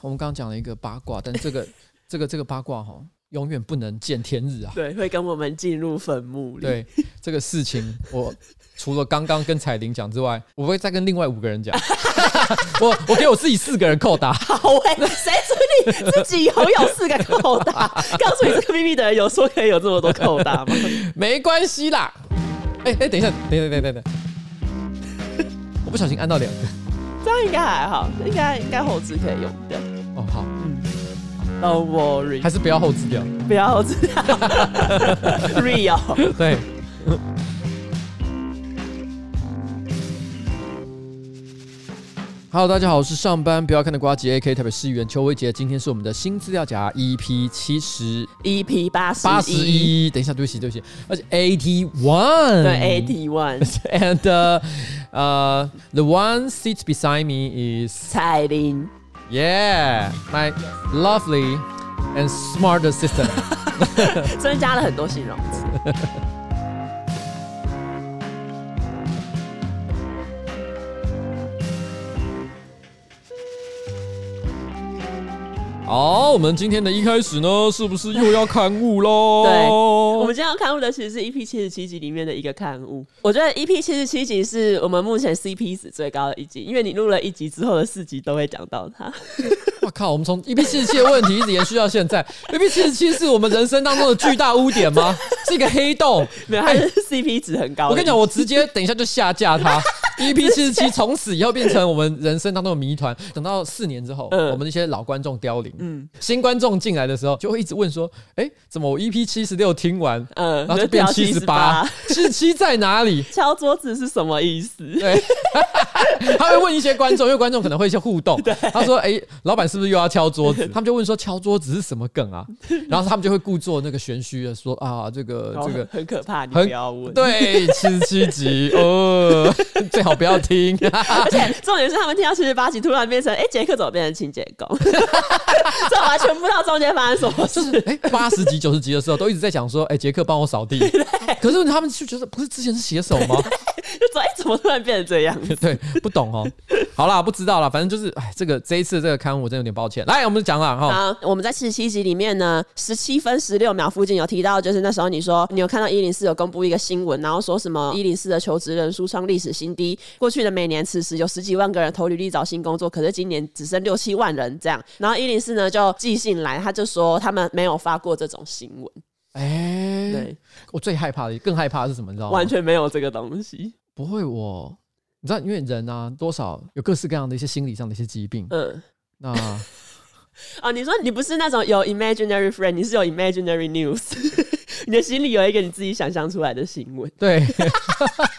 我们刚刚讲了一个八卦，但这个这个这个八卦哈，永远不能见天日啊。对，会跟我们进入坟墓里。， 对这个事情，我除了刚刚跟彩玲讲之外，我会再跟另外五个人讲。我我给我自己四个人扣打，好哎、谁准你自己拥有四个扣打？告诉你这个秘密的人，有说可以有这么多扣打吗？没关系啦。哎、哎、等一下，等一下，等一下，等一下， 我不小心按到两个。这样应该还好，应该应该后置可以用掉。哦，好， Don't worry，还是不要后置掉。不要后置掉。Real。 对，Hello，大家好，我是上班不要看的瓜姐 AK 台北市议员邱威杰，今天是我们的新资料夹 EP 七十 EP E 八十八十，一，等一下，对不起，对不起，而且 eighty one，对 AT One， and uh, uh, the one sits beside me is 彩铃， yeah my lovely and smart assistant 。增加了很多形容词。好，我们今天的一开始呢，是不是又要刊物喽？对哦我们今天要刊物的其实是 EP 七十七集里面的一个刊物。我觉得 EP 七十七集是我们目前 CP 值最高的一集，因为你录了一集之后的四集都会讲到它。 我靠，我们从 EP 七十七的问题一直延续到现在。EP 七十七是我们人生当中的巨大污点吗？ 是一个黑洞。没有，它是 CP 值很高的。哎我跟你讲，我直接等一下就下架它。EP 七十七从此以后变成我们人生当中的谜团。等到四年之后，嗯我们一些老观众凋零，嗯新观众进来的时候就会一直问说：“哎、怎么我 EP 七十六听完，嗯，然后就变七十八，七十七在哪里？”敲桌子是什么意思？对， 他会问一些观众，因为观众可能会一些互动。他说：“哎、老板是不是又要敲桌 子？”他们就问说：“敲桌子是什么梗啊？”然后他们就会故作那个玄虚的说：“啊，这个然后这个。”哦很可怕，你很不要问。对，七十七集哦， 最好不要 听。而且重点是，他们听到七十八集，突然变成哎，杰、克怎么变成清洁工？ 这完全不知道中间发生什么就事。是哎，八十集、九十集的时候，都一直在讲说，哎、杰克帮我扫地。可是他们就觉得，不是之前是写手 吗？就说哎、怎么突然变成这样？对，不懂哦。好啦，不知道啦，反正就是，哎，这个这一次的这个刊物，我真的有点抱歉。来，我们讲了哈。好，我们在七十七集里面呢，十七分十六秒附近有提到，就是那时候你说你有看到一零四有公布一个新闻，然后说什么一零四的求职人数创历史新低，过去的每年此时有十几万个人投履历找新工作，可是今年只剩六七万人这样。然后一零四呢就寄信来，他就说他们没有发过这种新闻，哎、对，我最害怕的，更害怕的是什么？你知道吗？完全没有这个东西。不会我，你知道，因为人啊，多少有各式各样的一些心理上的一些疾病。嗯，那 哦，你说你不是那种有 imaginary friend，你是有 imaginary news。你的心里有一个你自己想象出来的新 闻，对，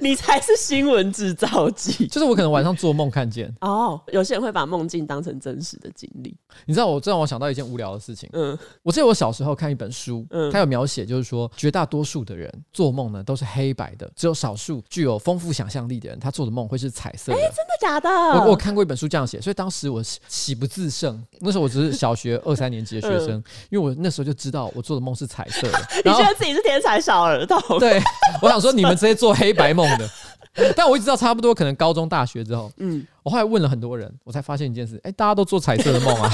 你才是新闻制造机。就是我可能晚上做梦看见，哦，有些人会把梦境当成真实的经历。你知道我这让我想到一件无聊的事情。嗯，我记得我小时候看一本书，嗯它有描写，就是说绝大多数的人做梦呢都是黑白的，只有少数具有丰富想象力的人，他做的梦会是彩色的。真的假的？。我我看过一本书这样写，所以当时我喜喜不自胜。那时候我只是小学二三年级的学生，因为我那时候就知道我做的梦是彩色的嗯 你然后。觉得自己是天才小儿 童？对， 我想说你们这些做黑白梦的，但我一直到差不多可能高中、大学之后，嗯，我后来问了很多人，我才发现一件事：哎、大家都做彩色的梦啊，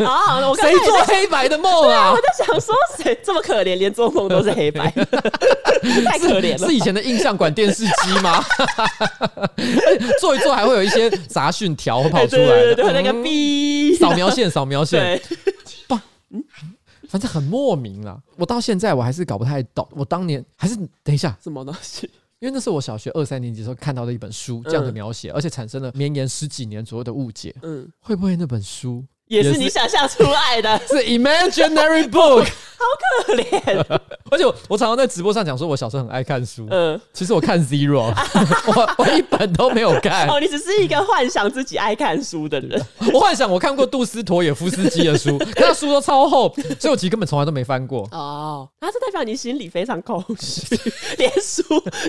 哦，我谁刚才也做在黑白的梦啊我？在想说谁这么可怜，连做梦都是黑 白，太可怜了是。以前的印象馆电视机吗？ 做一做还会有一些杂讯条会跑哎出对来对对的，对，那嗯个 哔，扫描线，扫描线，对，反正很莫名啦。我到现在我还是搞不太懂，我当年还是等一下，什么东西？因为那是我小学二三年级的时候看到的一本书这样的嗯描写，而且产生了绵延十几年左右的误解。嗯，会不会那本书 也是也是你想象出来的， 是 imaginary book？可怜。 而且我我常常在直播上讲说，我小时候很爱看书，嗯，其实我看 zero，我我一本都没有看。哦，你只是一个幻想自己爱看书的人。我幻想我看过杜斯妥也夫斯基的书，可他书都超厚，所以我其实根本从来都没翻过。哦，那这代表你心里非常空虚， 连书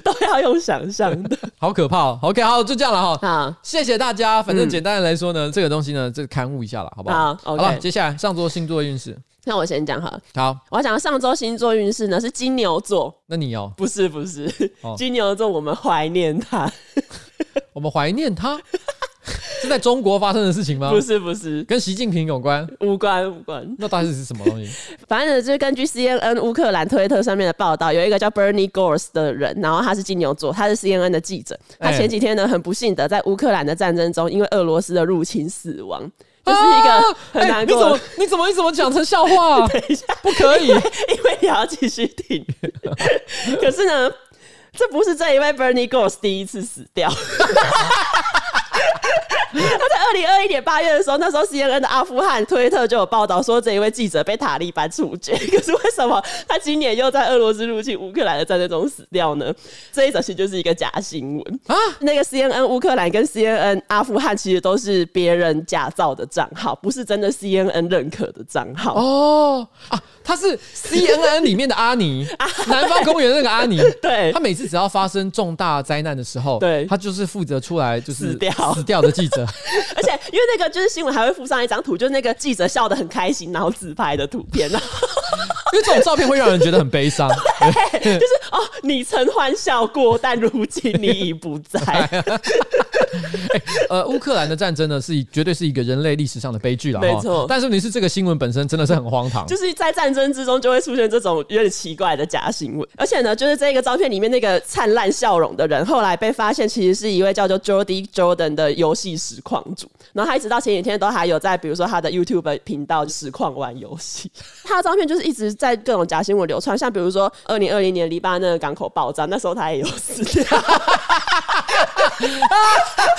都要用想象 的好可怕哦！OK，好，就这样了哈。啊。谢谢大家。反正嗯简单的来说呢，这个东西呢，这刊物一下了，好不好？好，OK 好了，接下来上周星座运势。那我先讲好了，好，我要讲上周星座运势呢是金牛座，那你哦，不是不是、哦金牛座，我们怀念他，我们怀念他， 是在中国发生的事情吗？不是不是，跟习近平有关？无关无关。那到底是什么东西？反正就是根据 CNN 乌克兰推特上面的报道，有一个叫 Bernie Gores 的人，然后他是金牛座，他是 CNN 的记者。他哎前几天呢，很不幸的在乌克兰的战争中，因为俄罗斯的入侵死亡，这是一个啊很难哎你怎过的么你怎么你怎么讲成笑话、 啊？不可以因为 因为你要继续听。 可是呢，这不是这一位 Bernie g o s 第一次死掉。 他在二零二一年八月的时候，那时候 CNN 的阿富汗推特就有报道说，这一位记者被塔利班处决。 可是为什么他今年又在俄罗斯入侵乌克兰的战争中死掉呢？这一则其实就是一个假新闻。啊！那个 CNN 乌克兰跟 CNN 阿富汗其实都是别人假造的账号，不是真的 CNN 认可的账号。哦啊，他是 CNN 里面的阿尼，南方公园那个阿尼。啊 对他每次只要发生重大灾难的时候，对他就是负责出来就是死掉死掉的记者。 而且因为那个就是新闻还会附上一张图，就是那个记者笑得很开心，然后自拍的图片，然后因为这种照片会让人觉得很悲伤。就是哦，你曾欢笑过，但如今你已不在。呃，乌克兰的战争呢，是一绝对是一个人类历史上的悲剧了，没哈错但是问题是，这个新闻本身真的是很荒唐，就是在战争之中就会出现这种有点奇怪的假新闻。而且呢，就是这个照片里面那个灿烂笑容的人，后来被发现其实是一位叫做 Jody Jordan 的游戏实况主。然后他一直到前几天都还有在，比如说他的 YouTube 频道实况玩游戏。他的照片就是一直在各种假新闻流传，像比如说二零二零年黎巴嫩港口爆炸，那时候他也有死掉。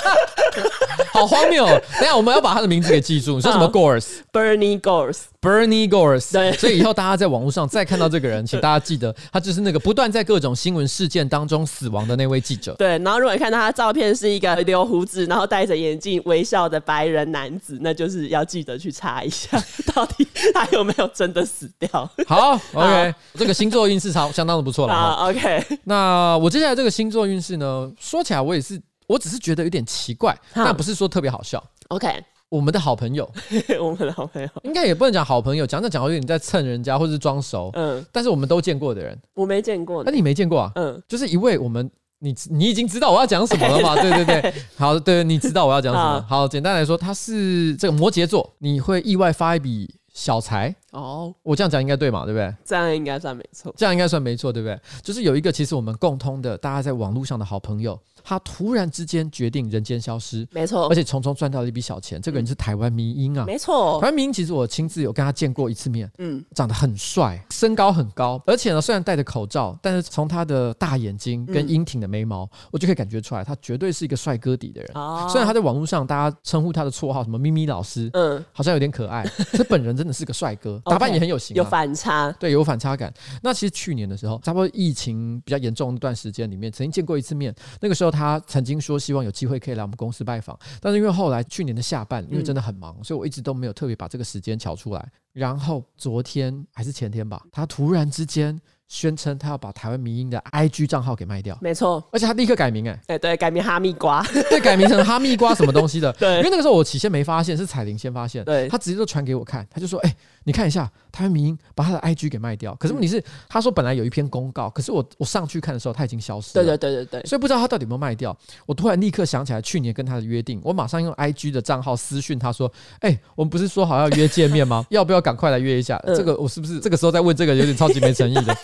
好荒谬、哦。等一下我们要把他的名字给记住，你说什么嗯 Gores、 Bernie Gores， Bernie Gores，对所以以后大家在网络上再看到这个人， 请大家记得，他就是那个不断在各种新闻事件当中死亡的那位记 者。对，然后如果你看到他的照片是一个留胡子，然后戴着眼镜微笑的白人男子，那就是要记得去查一下， 到底他有没有真的死掉。好，OK，这个星座运势超相当的不错了哈。啊，OK，那我接下来这个星座运势呢，说起来我也是，我只是觉得有点奇怪，嗯但不是说特别好笑。 OK，我们的好朋友， 我们的好朋友，应该也不能讲好朋友，讲着讲着有点在蹭人家或是装熟，嗯，但是我们都见过的人，我没见过那、呢，你没见过啊？嗯，就是一位我们。你你已经知道我要讲什么了 嘛？对对对，好，对，你知道我要讲什么。好好，简单来说，他是这个摩羯座，你会意外发一笔小财，哦，我这样讲应该对嘛？对不对？这样应该算没错，这样应该算没错，对不对？就是有一个其实我们共通的，大家在网络上的好朋友，他突然之间决定人间消失，没错而，且从中赚到了一笔小钱。这个人是台湾迷音啊，哦没台错，湾迷音其实我亲自有跟他见过一次面，嗯，长得很帅，身高很高，而且呢虽然戴着口罩，但是从他的大眼睛跟嗯英挺的眉毛，我就可以感觉出来，他绝对是一个帅哥底的人。哦，虽然他在网络上大家称呼他的绰号什么咪咪老师，嗯好像有点 可爱，可是本人真的是个帅哥， OK，打扮也很有型、啊，有反差，对，有反差感。那其实去年的时候，差不多疫情比较严重的那段时间里面，曾经见过一次面。那个时候他曾经说希望有机会可以来我们公司拜访，但是因为后来去年的下半，因为真的很忙，所以我一直都没有特别把这个时间瞧出来。然后昨天还是前天吧，他突然之间宣称他要把台湾民音的 IG 账号给卖掉。没错，而且他立刻改名、欸，哎，对，改名哈密瓜，。对，改名成哈密瓜什么东西的 对因为那个时候我起先没发现，是彩玲先发现，对他直接就传给我看，他就说：“哎、你看一下，台湾民音把他的 IG 给卖掉。”可是问题嗯是，他说本来有一篇公告，可是我我上去看的时候，他已经消失对了。对对对对，所以不知道他到底有没有卖掉。我突然立刻想起来去年跟他的约定，我马上用 IG 的账号私讯他说：“哎、我们不是说好要约见面吗？要 不要赶快来约一下？嗯这个我是不是这个时候再问这个有点超级没诚意 的？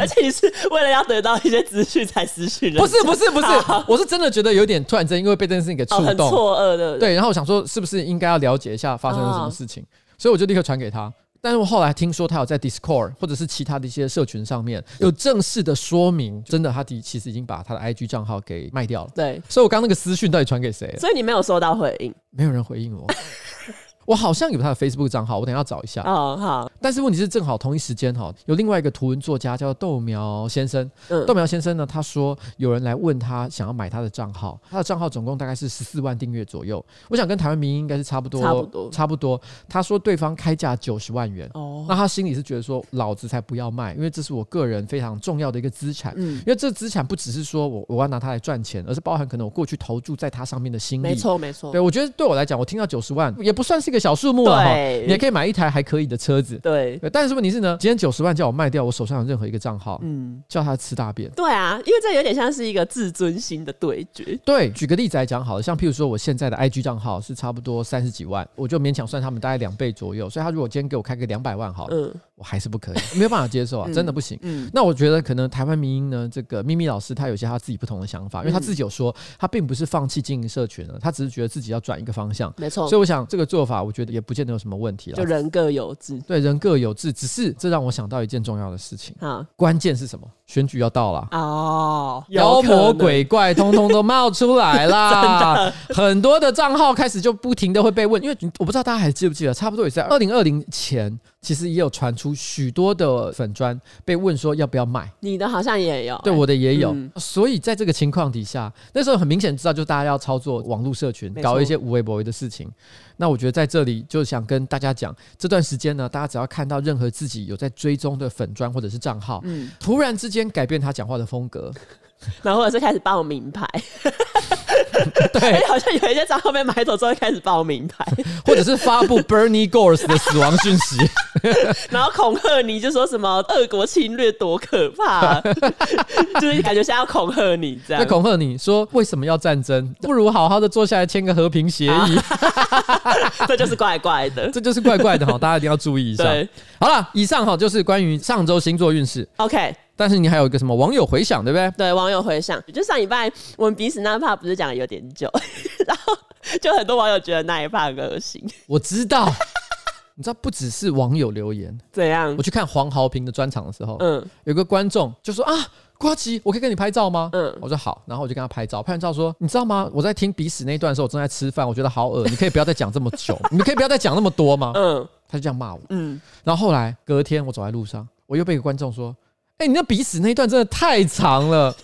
而且你是为了要得到一些资讯才私讯人不是不是不是好，我是真的觉得有点突然间因为被这件事情给触哦，很动，错愕的，对，然后我想说是不是应该要了解一下发生了什么事情，所以我就立刻传给他。但是我后来听说他有在 Discord 或者是其他的一些社群上面有正式的说明，真的他的其实已经把他的 IG 账号给卖掉了。对，所以我刚刚那个私讯到底传给谁了？所以你没有收到回应。没有人回应我。 我好像有他的 Facebook 账号，我等一下找一下。哦，好，但是问题是，正好同一时间哈，有另外一个图文作家叫豆苗先生。嗯豆苗先生呢，他说有人来问他想要买他的账号，他的账号总共大概是十四万订阅左右。我想跟台湾民音应该是差不多，差不多差不多。他说对方开价九十万元。哦，那他心里是觉得说，老子才不要卖，因为这是我个人非常重要的一个资产。嗯因，为这资产不只是说我我要拿它来赚钱，而是包含可能我过去投注在它上面的心力。没错，没错对，，我觉得对我来讲，我听到九十万也不算是一个小数目了哈，对你也可以买一台还可以的车子。对，对但是问题是呢，今天九十万叫我卖掉我手上的任何一个账号，嗯，叫他吃大便。对啊，因为这有点像是一个自尊心的对决。对，举个例子来讲好了，像譬如说我现在的 IG 账号是差不多三十几万，我就勉强算他们大概两倍左右，所以他如果今天给我开个两百万好了，嗯我还是不可以，没有办法接受啊， 嗯真的不行。嗯，那我觉得可能台湾民音呢，这个咪咪老师他有一些他自己不同的想法，因为他嗯自己有说他并不是放弃经营社群了，他只是觉得自己要转一个方向，没错所以，我想这个做法我觉得也不见得有什么问题哦就了。人各有志。对，人各有志，只是这让我想到一件重要的事情，啊关键是什么？选举要到了。哦，妖有可能魔鬼怪通通都冒出来 啦，很多的账号开始就不停的会被问，因为我不知道大家还记不记得，差不多也是在二零二零前，其实也有传出许多的粉砖被问说要不要卖，你的好像也有、对我的也有，嗯所以在这个情况底下，那时候很明显知道，就大家要操作网络社群没，错搞一些无微不为的事情。那我觉得在这里就想跟大家讲，这段时间呢，大家只要看到任何自己有在追踪的粉砖或者是账号，嗯，突然之间改变他讲话的风格， 哎然后或者是开始报名牌，对哎、。好像有一些账号被买走之后开始报 名牌，或者是发布 Bernie Gores 的死亡讯 息，然后恐吓你就说什么俄国侵略多可怕， 就是感觉现在要恐吓你这在样。恐吓你说为什么要战争，不如好好的坐下来签个和平协议，啊 这就是怪怪 的。这就是怪怪的哈，大家一定要注意一下。对好了，以上哈就是关于上周星座运势， ，OK，但是你还有一个什么网友回响，对不对？对网友回想，就上礼拜我们彼此那一趴不是讲的有点久， 然后就很多网友觉得那一趴很恶心，我知道， 你知道不只是网友留言，怎样我？去看黄豪平的专场的时候，嗯有个观众就说啊。瓜吉，我可以跟你拍照吗？嗯我说好，然后我就跟他拍照。拍完照说，你知道吗？我在听鼻屎那一段的时候，我正在吃饭，我觉得好 恶。你可以不要再讲这么久，你们可以不要再讲那么多吗？嗯他就这样骂我。嗯，然后后来隔天我走在路上，我又被一个观众说：“哎、你那鼻屎那一段真的太长 了，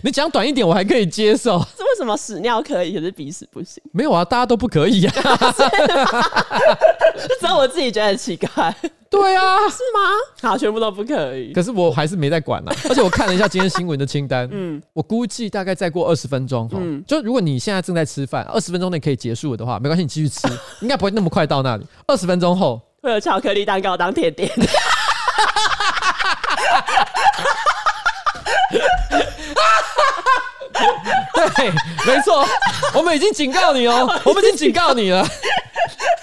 你讲短一点我还可以接受。这为什么屎尿可以，可是鼻屎不行？” 没有啊，大家都不可以啊。只有我自己觉得很奇怪，是对啊，吗？ 好，全部都不可以。可是我还是没在管啊。而且我看了一下今天新闻的清单，嗯，我估计大概再过二十分钟，嗯，就如果你现在正在吃饭，二十分钟内可以结束的话，没关系，你继续吃，应该不会那么快到那里。二十分钟后，会有巧克力蛋糕当甜点， 对，没错，我们已经警告你哦，我们已经警告你了。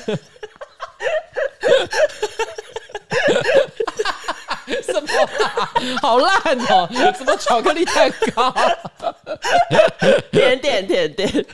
什么啊、好烂哦！什么巧克力蛋糕？ 甜点，甜点。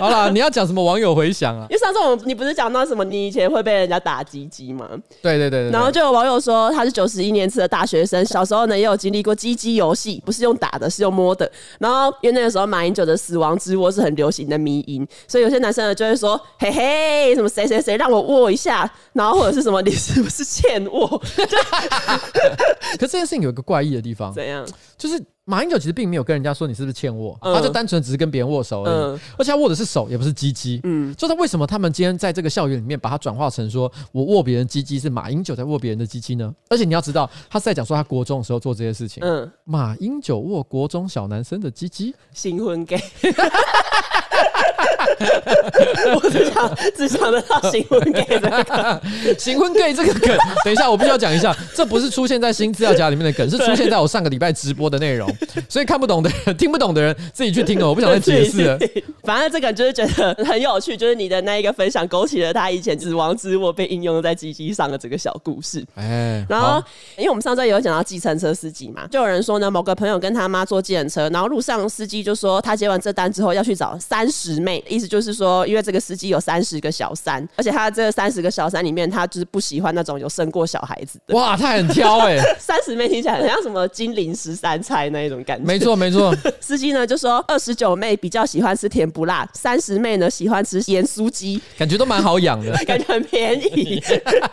好啦，你要讲什么网友回响啊因？为上次我们你不是讲到什么，你以前会被人家打鸡鸡吗？对对对对对然后就有网友说他是九十一年次的大学生，小时候呢也有经历过鸡鸡游戏，不是用打的，是用摸的。然后因为那个时候马英九的死亡之握是很流行的迷音，所以有些男生呢就会说嘿嘿，什么谁谁谁让我握一下，然后或者是什么你是不是欠握，可这件事情有一个怪异的地方，怎样？就是马英九其实并没有跟人家说你是不是欠握，嗯他就单纯只是跟别人握手而已，嗯而且他握的是手，也不是鸡鸡。嗯，就是为什么他们今天在这个校园里面把它转化成说我握别人鸡鸡是马英九在握别人的鸡鸡呢？而且你要知道，他是在讲说他国中的时候做这些事情。嗯，马英九握国中小男生的鸡鸡， 新婚 gay。我只想只想得到新婚 gay 的新婚 gay 这个梗，等一下我必须要讲一下，这不是出现在新资料夹里面的梗，是出现在我上个礼拜直播的内容，所以看不懂的人、听不懂的人自己去听哦， 我不想再解释 了。反正这个就是觉得很有趣，就是你的那一个分享勾起了他以前死亡之握被应用在鸡鸡上的这个小故事。哎，然后好，因为我们上周也有讲到计程车司机嘛，就有人说呢，某个朋友跟他妈坐计程车，然后路上司机就说他接完这单之后要去找三十妹，意思就是说，因为这个司机有三十个小三，而且他这三十个小三里面，他就是不喜欢那种有生过小孩子的。 哇，他很挑 哎、三十妹听起来很像什么金陵十三钗那一种感觉，没错没错，司机呢就说二十九妹比较喜欢吃甜不辣，三十妹呢喜欢吃盐 酥鸡，感觉都蛮好养的。感觉很便宜，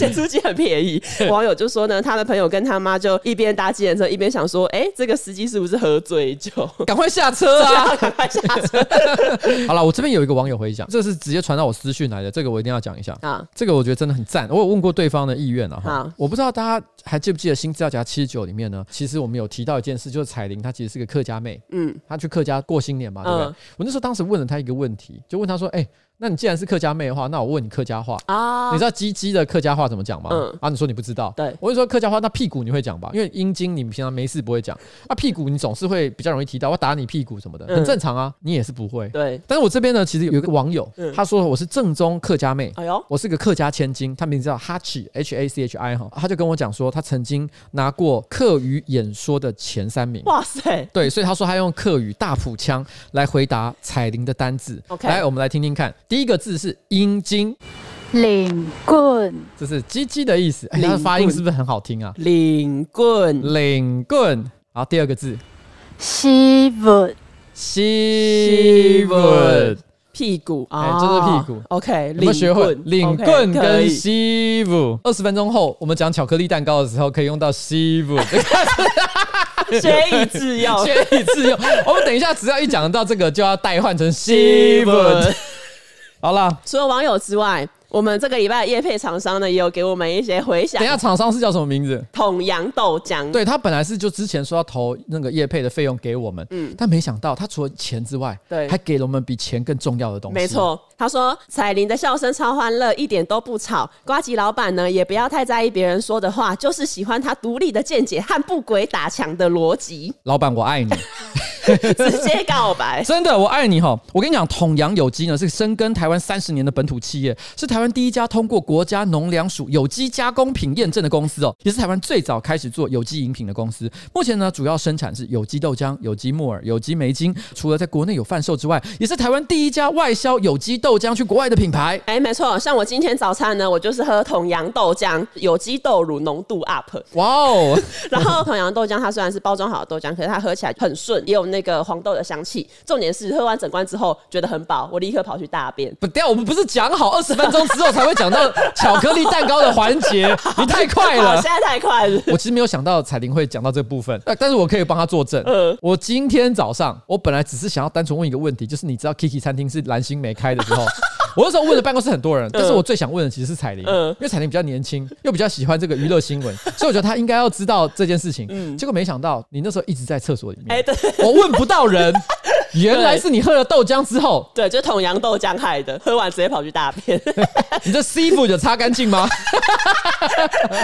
盐酥鸡很 便宜。网友就说呢，他的朋友跟他妈就一边搭计程车一边想说，哎、这个司机是不是喝醉 酒？ 赶快下车啊！赶快下车 好了，我这边有一个网友回想，这是直接传到我私讯来的，这个我一定要讲一下。啊！这个我觉得真的很赞，我有问过对方的意愿了哈好。我不知道大家还记不记得《新资料夹七十九》里面呢？其实我们有提到一件事，就是彩玲她其实是个客家妹，嗯她去客家过新年嘛，对不对？嗯我那时候当时问了她一个问题，就问她说：“哎、那你既然是客家妹的话，那我问你客家话，啊你知道鸡鸡的客家话怎么讲吗？嗯啊，你说你不知道，对我就说客家话，那屁股你会讲吧？因为阴茎你平常没事不会讲，啊，屁股你总是会比较容易提到，我打你屁股什么的，嗯很正常啊，你也是不会。对，但是我这边呢，其实有一个网友，嗯他说我是正宗客家妹，哎呦，我是个客家千金，他名字叫哈奇 H A C H I 哈，他就跟我讲说，他曾经拿过客语演说的前三名。哇塞，对，所以他说他用客语大埔腔来回答彩铃的单字。 OK 来，我们来听听看，第一个字是阴茎，领棍。这是鸡鸡的意思。哎，它的发音是不是很好听啊？领棍，领棍。然后第二个字西文西文，屁股啊哎这是屁股 OK，有没有学会领棍 OK，可跟以西部？二十分钟后，我们讲巧克力蛋糕的时候可以用到西 部，学以致用。 学以致用。我们等一下只要一讲到这个，就要代换成西部。好啦，除了网友之外，我们这个礼拜的业配厂商呢，也有给我们一些回响等一。下厂商是叫什么名字？桶洋豆浆，对他本来是就之前说要投那个业配的费用给我们，嗯，但没想到他除了钱之外，对还给了我们比钱更重要的东西。没，错，他说彩铃的笑声超欢乐，一点都不吵。瓜吉老板呢，也不要太在意别人说的话，就是喜欢他独立的见解和不鬼打墙的 逻辑，老板我爱你，。直接告白真的我爱你哈！我跟你讲，统阳有机呢是深耕台湾三十年的本土企业，是台湾第一家通过国家农粮署有机加工品验证的公司哦，也是台湾最早开始做有机饮品的公司。目前呢，主要生产是有机豆浆、有机木耳、有机梅精，除了在国内有贩售之外，也是台湾第一家外销有机豆浆去国外的品牌。哎、没错，像我今天早餐呢，我就是喝桶洋豆浆，有机豆乳浓度 up。哇哦！ 然后桶洋豆浆它虽然是包装好的豆浆，可是它喝起来很顺，也有那个黄豆的香气。重点是喝完整罐之后觉得很饱，我立刻跑去大便。不掉，我们不是讲好二十分钟之后才会讲到巧克力蛋糕的环节，你太快好了现。在太 快 了。我其实没有想到彩玲会讲到这部分，呃但是我可以帮她作证。嗯我今天早上，我本来只是想要单纯问一个问题，就是你知道 Kiki 餐厅是蓝心梅开的时 候，我那时候问了办公室很多人，但是我最想问的其实是彩玲，嗯因为彩玲比较年轻，又比较喜欢这个娱乐新 闻，所以我觉得她应该要知道这件事情。结果没想到你那时候一直在厕所里嗯哎、面，对我问不到 人，原来是你喝了豆浆之后，对，就是桶洋豆浆害的，喝完直接跑去大 便。你这 C 服有擦干净吗？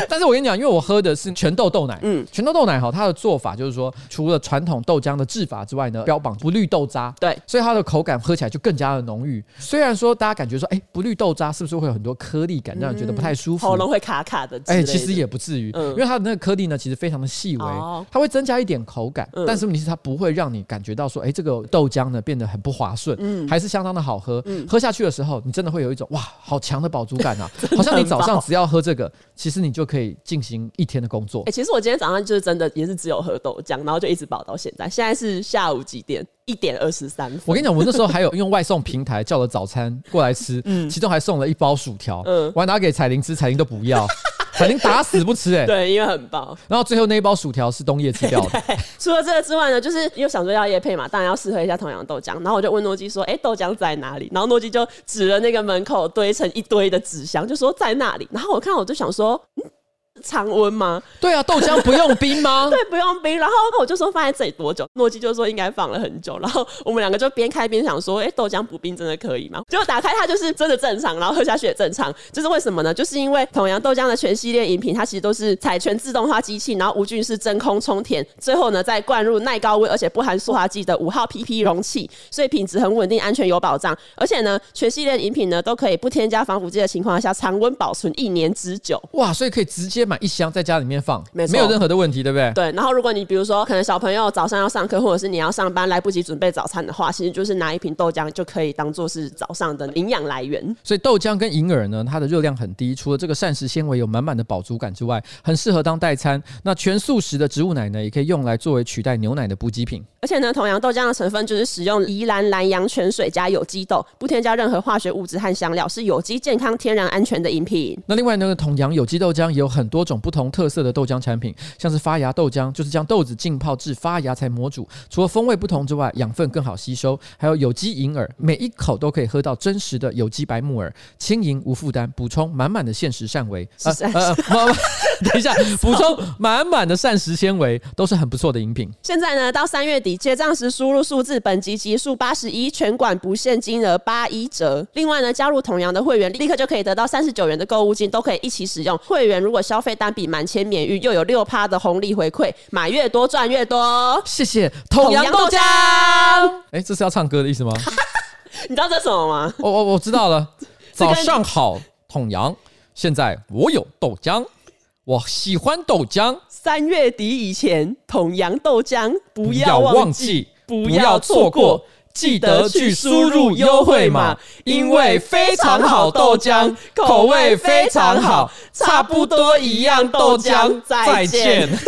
但是我跟你讲，因为我喝的是全豆豆奶，嗯，全豆豆奶哈，它的做法就是说，除了传统豆浆的制法之外呢，标榜不滤豆渣，对，所以它的口感喝起来就更加的浓郁。虽然说大家感觉说，哎、不滤豆渣是不是会有很多颗粒感，让人觉得不太舒服？喉咙会卡卡的之哎、类的。其实也不至于，嗯因为它的那个颗粒呢，其实非常的细微，哦它会增加一点口感，嗯但是问题是它不会让你感觉到说，哎、这个豆浆呢变得很不滑顺，嗯还是相当的好喝。喝下去的时候，你真的会有一种哇，好强的饱足感 啊，好像你早上只要喝这个，其实你就可以进行一天的工作哎、。其实我今天早上就是真的也是只有喝豆浆，然后就一直饱到现在。现在是下午几点？一点二十三我分。跟你讲，我那时候还有用外送平台叫了早餐过来 吃，其中还送了一包薯条，嗯我还拿给彩玲吃，彩玲都不 要，彩玲打死不吃哎、对，因为很饱。然后最后那一包薯条是冬叶吃掉 的，除了这个之外呢，就是又想说要夜配嘛，当然要试喝一下同阳豆浆。然后我就问诺基说：“哎、豆浆在哪里？”然后诺基就指了那个门口堆成一堆的纸箱，就说在那里。然后我看我就想说。嗯常温吗？对啊，豆浆不用冰吗？对，不用冰。然后 我就说放在这里多久？诺基就说应该放了很久。然后我们两个就边开边想说，哎、豆浆不冰真的可以吗？结果打开它就是真的正常，然后喝下去也正常。这是为什么呢？就是因为同阳豆浆的全系列饮品，它其实都是采全自动化机器，然后无菌式真空冲填，最后呢再灌入耐高温而且不含塑化剂的五号 PP 容器，所以品质很稳定，安全有保障。而且呢，全系列饮品呢都可以不添加防腐剂的情况下，常温保存一年之久。哇，所以可以直接买一箱在家里面放，没错有任何的问题，对不对？对，然后如果你比如说可能小朋友早上要上课，或者是你要上班来不及准备早餐的话，其实就是拿一瓶豆浆就可以当做是早上的营养来源。所以豆浆跟银耳呢，它的热量很低，除了这个膳食纤维有满满的饱足感之外，很适合当代餐。那全素食的植物奶呢，也可以用来作为取代牛奶的补给品。而且呢，同阳豆浆的成分就是使用宜兰蓝洋泉水加有机豆，不添加任何化学物质和香料，是有机、健康、天然、安全的饮品。那另外呢，同阳有机豆浆也有很多种不同特色的豆浆产品，像是发芽豆浆，就是将豆子浸泡至发芽才磨煮。除了风味不同之外，养分更好吸收，还有有机银耳，每一口都可以喝到真实的有机白木耳，轻盈无负担，补充满满的膳食纤维。是膳食妈妈等一下，补充满满的膳食纤维，都是很不错的饮品。现在呢，到三月底结账时输入数字本集集数八十一，全馆不限金额八一折。另外呢，加入同阳的会员，立刻就可以得到三十九元的购物金，都可以一起使用。会员如果消费单笔满千免运，又有六趴的红利回馈，买越多赚越多。谢谢同阳阳豆浆浆。，哎，这是要唱歌的意思吗？你知道这是什么吗？ 我我我知道了。个早上好，统阳。现在我有豆浆，我喜欢豆浆，三月底以前，同阳豆浆不不要要忘忘记。记，不不要要错错过过，记记得得去去输输入入优优惠惠码码，因因为为非非常常好好豆豆浆浆，口口味味非非常常好好，差差不不多多一一样样豆豆浆浆。再再见见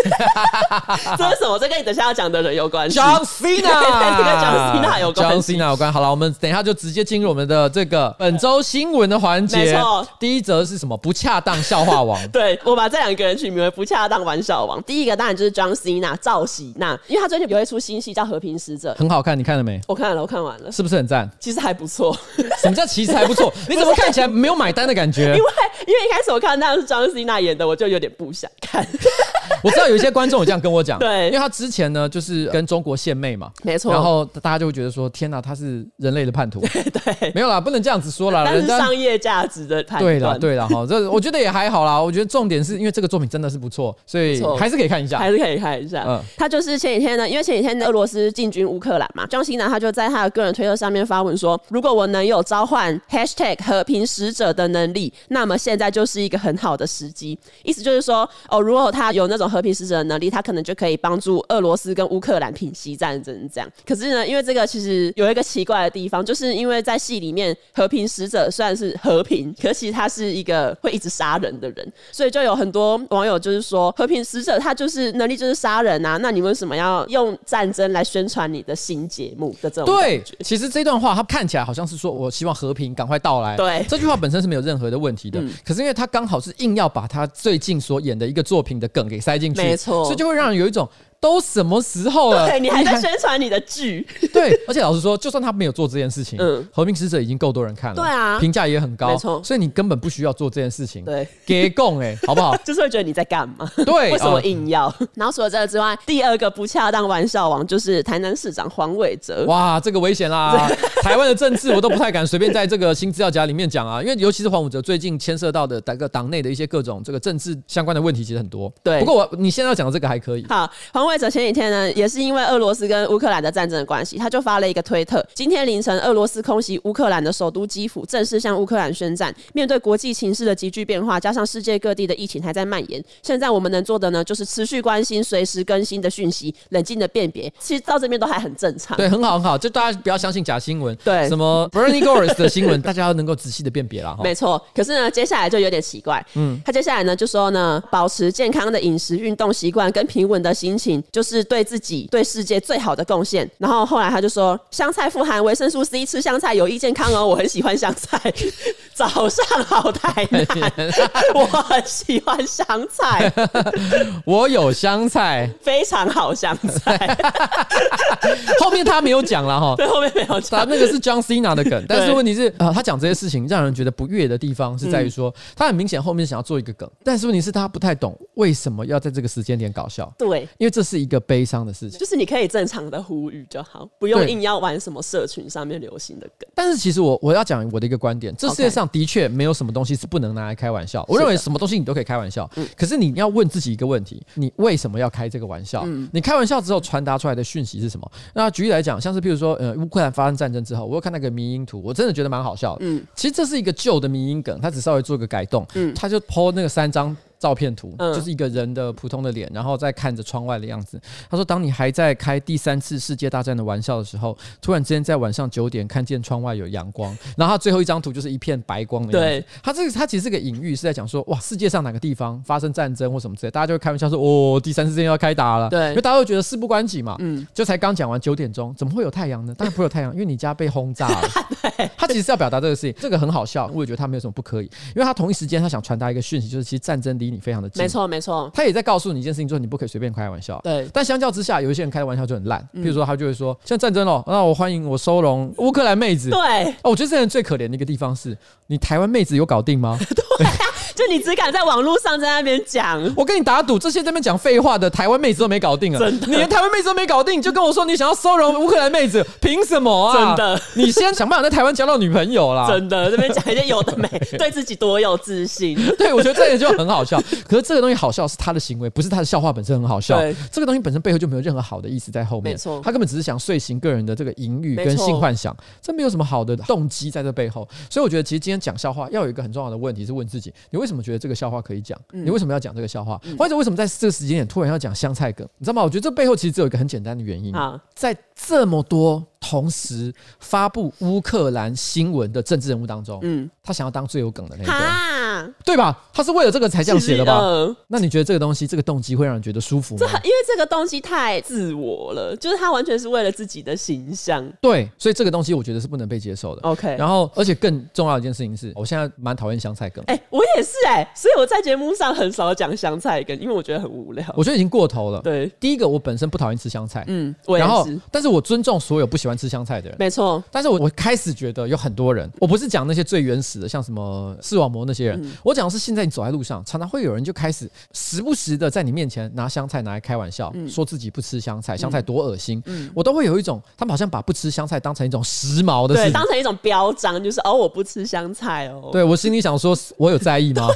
这是什么？这跟你等一下要讲的人有关系。 ，John Cena， 这跟 John Cena 有关 John 系 Cena 有关。好了，我们等一下就直接进入我们的这个本周新闻的环没节错。第一则是什么？不恰当笑话王。对我把这两个人取名为不恰当玩笑王。第一个当然就是 John Cena 赵喜娜，因为他最近有一出新戏叫《和平使者》，很好看，你看了没？我看了，我看完了，是不是很赞？其实还不错。 什么叫其实还不错？你怎么看起来没有买单的感觉？因为因为一开始我看到是 John Cena 演的，我就有点不想 看。我知道有一些观众有这样跟我讲， 对因为他之前呢就是跟中国献媚嘛，没错然后大家就会觉得说，天哪，他是人类的叛 徒，对，没有啦，不能这样子说啦，但人是家商。业价值的判对啦，断，对啦，哈，这我觉得也还好啦。我觉得重点是因为这个作品真的是不错，所以不错还是可以看一下还。是可以看一下。嗯他就是前几天呢，因为前几天俄罗斯进军乌克兰嘛，庄新南他就在他的个人推特上面发文说，如果我能有召唤 #hashtag 和平使者的能力，那么现在就是一个很好的时机。意思就是说，哦，如果他有那种和平使者的能力，他可能就可以帮助俄罗斯跟乌克兰平息战争这样。可是呢，因为这个其实有一个奇怪的地方，就是因为在戏里面，和平使者虽然是和平，可其实他是一个会一直杀人的人，所以就有很多网友就是说，和平使者他就是能力就是杀人啊，那你为什么要用战争来宣传你的新节目的这种？对，其实这段话它看起来好像是说我希望和平赶快到来。对嗯这句话本身是没有任何的问题的，可是因为他刚好是硬要把他最近所演的一个作品的梗给塞进去，没错所以就会让人有一种都什么时候了， 对你还在宣传你的剧，对，而且老实说，就算他没有做这件事情，嗯和平使者》已经够多人看了，对啊评价也很高，没错所以你根本不需要做这件事情，对，？给供哎，好不好就是会觉得你在干嘛？对，为什么啊硬要？ 然后除了这个之外，第二个不恰当玩笑王就是台南市长黄伟 哲。哇，这个危险 啦！台湾的政治我都不太敢随便在这个新资料夹里面讲啊，因为尤其是黄武哲最近牵涉到的这个党内的一些各种这个政治相关的问题，其实很多。对不过我你现在要讲的这个还可以，好，黄伟哲前几天呢，也是因为俄罗斯跟乌克兰的战争的关系，他就发了一个推特。今天凌晨，俄罗斯空袭乌克兰的首都基辅，正式向乌克兰宣战。面对国际情势的急剧变化，加上世界各地的疫情还在蔓延，现在我们能做的呢，就是持续关心随时更新的讯息，冷静的辨别。其实到这边都还很正常。对，很好很好，就大家不要相信假新闻，对什么 Bernie Gores 的新闻，大家要能够仔细的辨别啦。哈。没错，可是呢，接下来就有点奇怪。哦嗯，他接下来呢就说呢，保持健康的饮食、运动习惯跟平稳的心情，就是对自己、对世界最好的贡献。然后后来他就说，香菜富含维生素 C，吃香菜有益健康哦，我很喜欢香菜。 早上好，台南，我很喜欢香菜，我有香菜，非常好香菜。后面他没有讲了哈。 对，后面没有他讲。那个是 John Cena 的梗，但是问题 是，呃，他讲这些事情让人觉得不悦的地方是在于说，嗯他很明显后面想要做一个梗，但是问题是，他不太懂为什么要在这个时间点搞笑，对，因为这是一个悲伤的事情。就是你可以正常的呼吁就好，不用对硬要玩什么社群上面流行的梗。但是其实我我要讲我的一个观点，这世界上的确没有什么东西是不能拿来开玩笑。我认为什么东西你都可以开玩笑，可是你要问自己一个问题：你为什么要开这个玩笑？你开玩笑之后传达出来的讯息是什么？那举例来讲，像是譬如说，呃，乌克兰发生战争之后，我又看那个迷因图，我真的觉得蛮好笑的。其实这是一个旧的迷因梗，它只稍微做个改动，它就 PO 那个三张。照片图、嗯就是一个人的普通的脸，然后再看着窗外的样子。他说：“当你还在开第三次世界大战的玩笑的时候，突然之间在晚上九点看见窗外有阳光，然后他最后一张图就是一片白光的样对子。他这个他其实是个隐喻，是在讲说哇，世界上哪个地方发生战争或什么之类，大家就会开玩笑说哦，第三次世界要开打了。对嗯因为大家都觉得事不关己嘛。就才刚讲完九点钟，怎么会有太阳呢？当然不会有太阳，因为你家被轰炸 了。他其实是要表达这个事情，这个很好笑，我也觉得他没有什么不可以，因为他同一时间他想传达一个讯息，就是其实战争离离你非常的近。没，错没错，他也在告诉你一件事情，就是你不可以随便开玩笑。对，但相较之下，有一些人开的玩笑就很烂，嗯比如说他就会说，像战争哦，那我欢迎我收容乌克兰妹子。对，哦，我觉得这人最可怜的一个地方是，你台湾妹子有搞定 吗？就你只敢在网络上在那边讲，我跟你打赌，这些在那边讲废话的台湾妹子都没搞定啊！真的你连台湾妹子都没搞定，你就跟我说你想要收容乌克兰妹子，凭什么啊？真的，你先想办法在台湾交到女朋友啦！真的这边讲一些有的 没，对自己多有自信，对，我觉得这也就很好笑。可是这个东西好笑是他的行为，不是他的笑话本身很好笑对。这个东西本身背后就没有任何好的意思在后面。没错他根本只是想遂行个人的这个淫欲没跟错性幻想，这没有什么好的动机在这背后。所以我觉得，其实今天讲笑话要有一个很重要的问题是问自己：你为什么觉得这个笑话可以讲？嗯你为什么要讲这个笑话？或者为什么在这个时间点突然要讲香菜梗？你知道吗？我觉得这背后其实只有一个很简单的原因。啊，在这么多同时发布乌克兰新闻的政治人物当中，嗯，他想要当最有梗的那个。哈，对吧？他是为了这个才啊这样写的其实吧？嗯那你觉得这个东西，这个动机会让人觉得舒服这吗？很因为这个东西太自我了，就是他完全是为了自己的形象。对，所以这个东西我觉得是不能被接受的。 OK，然后，而且更重要的一件事情是，我现在蛮讨厌香菜梗，哎、我也是哎、所以我在节目上很少讲香菜根，因为我觉得很无聊。我觉得已经过头了。对，第一个，我本身不讨厌吃香菜，嗯，我也然后是，，但是我尊重所有不喜欢吃香菜的人。没错，但是我我开始觉得有很多人，我不是讲那些最原始的，像什么视网膜那些嗯人，我讲的是现在你走在路上，常常会有人就开始时不时的在你面前拿香菜拿来开玩笑，嗯说自己不吃香菜，香菜多恶心，我都会有一种他们好像把不吃香菜当成一种时髦的事对，情，当成一种标章，就是哦，我不吃香菜哦。对我心里想说，我有在意 吗？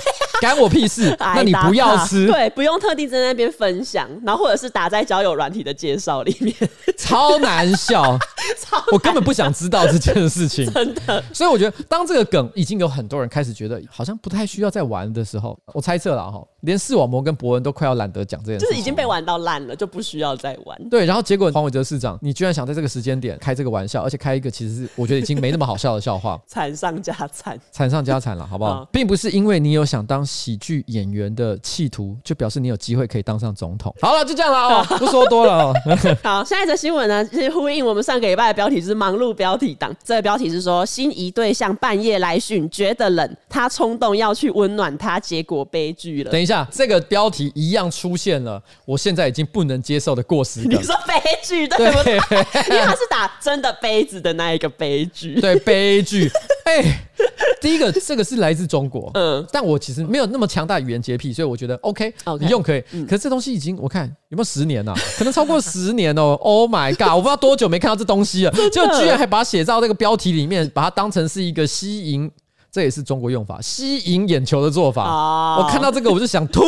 干我屁事！哎，那你打不要卡吃，对，不用特地在那边分享，然后或者是打在交友软体的介绍里面，超难笑， 超我根本不想知道这件事情。真的， 所以我觉得，当这个梗已经有很多人开始觉得好像不太需要再玩的时候，我猜测了哈，连视网膜跟博文都快要懒得讲这件事就情，是已经被。玩到烂了，就不需要再玩。对，然后结果黄伟哲市长，你居然想在这个时间点开这个玩笑，而且开一个其实是我觉得已经没那么好笑的笑话，惨上加惨，惨上加惨了，好不好嗯？并不是因为你有想当喜剧演员的企图，就表示你有机会可以当上总统。好了，就这样了 哦，不说多了哦。好，下一则新闻呢，是呼应我们上个礼拜的标题是“忙碌标题党”。这个标题是说，心仪对象半夜来讯，觉得冷，他冲动要去温暖他，结果悲剧了。等一下，这个标题一样出现了，我现在已经不能接受的过时 你梗。说悲剧对不对？对。 因为他是打真的杯子的那一个悲 剧。对悲剧。哎、第一个这个是来自中国，嗯，但我其实没有那么强大的语言洁癖，所以我觉得 OK，, OK 嗯你用可以。可是这东西已经我看有没有十年呐、啊可能超过十年哦、oh my god，我不知道多久没看到这东西了，就居然还把它写到这个标题里面，把它当成是一个吸引。这也是中国用法，吸引眼球的做法。哦我看到这个我就想吐。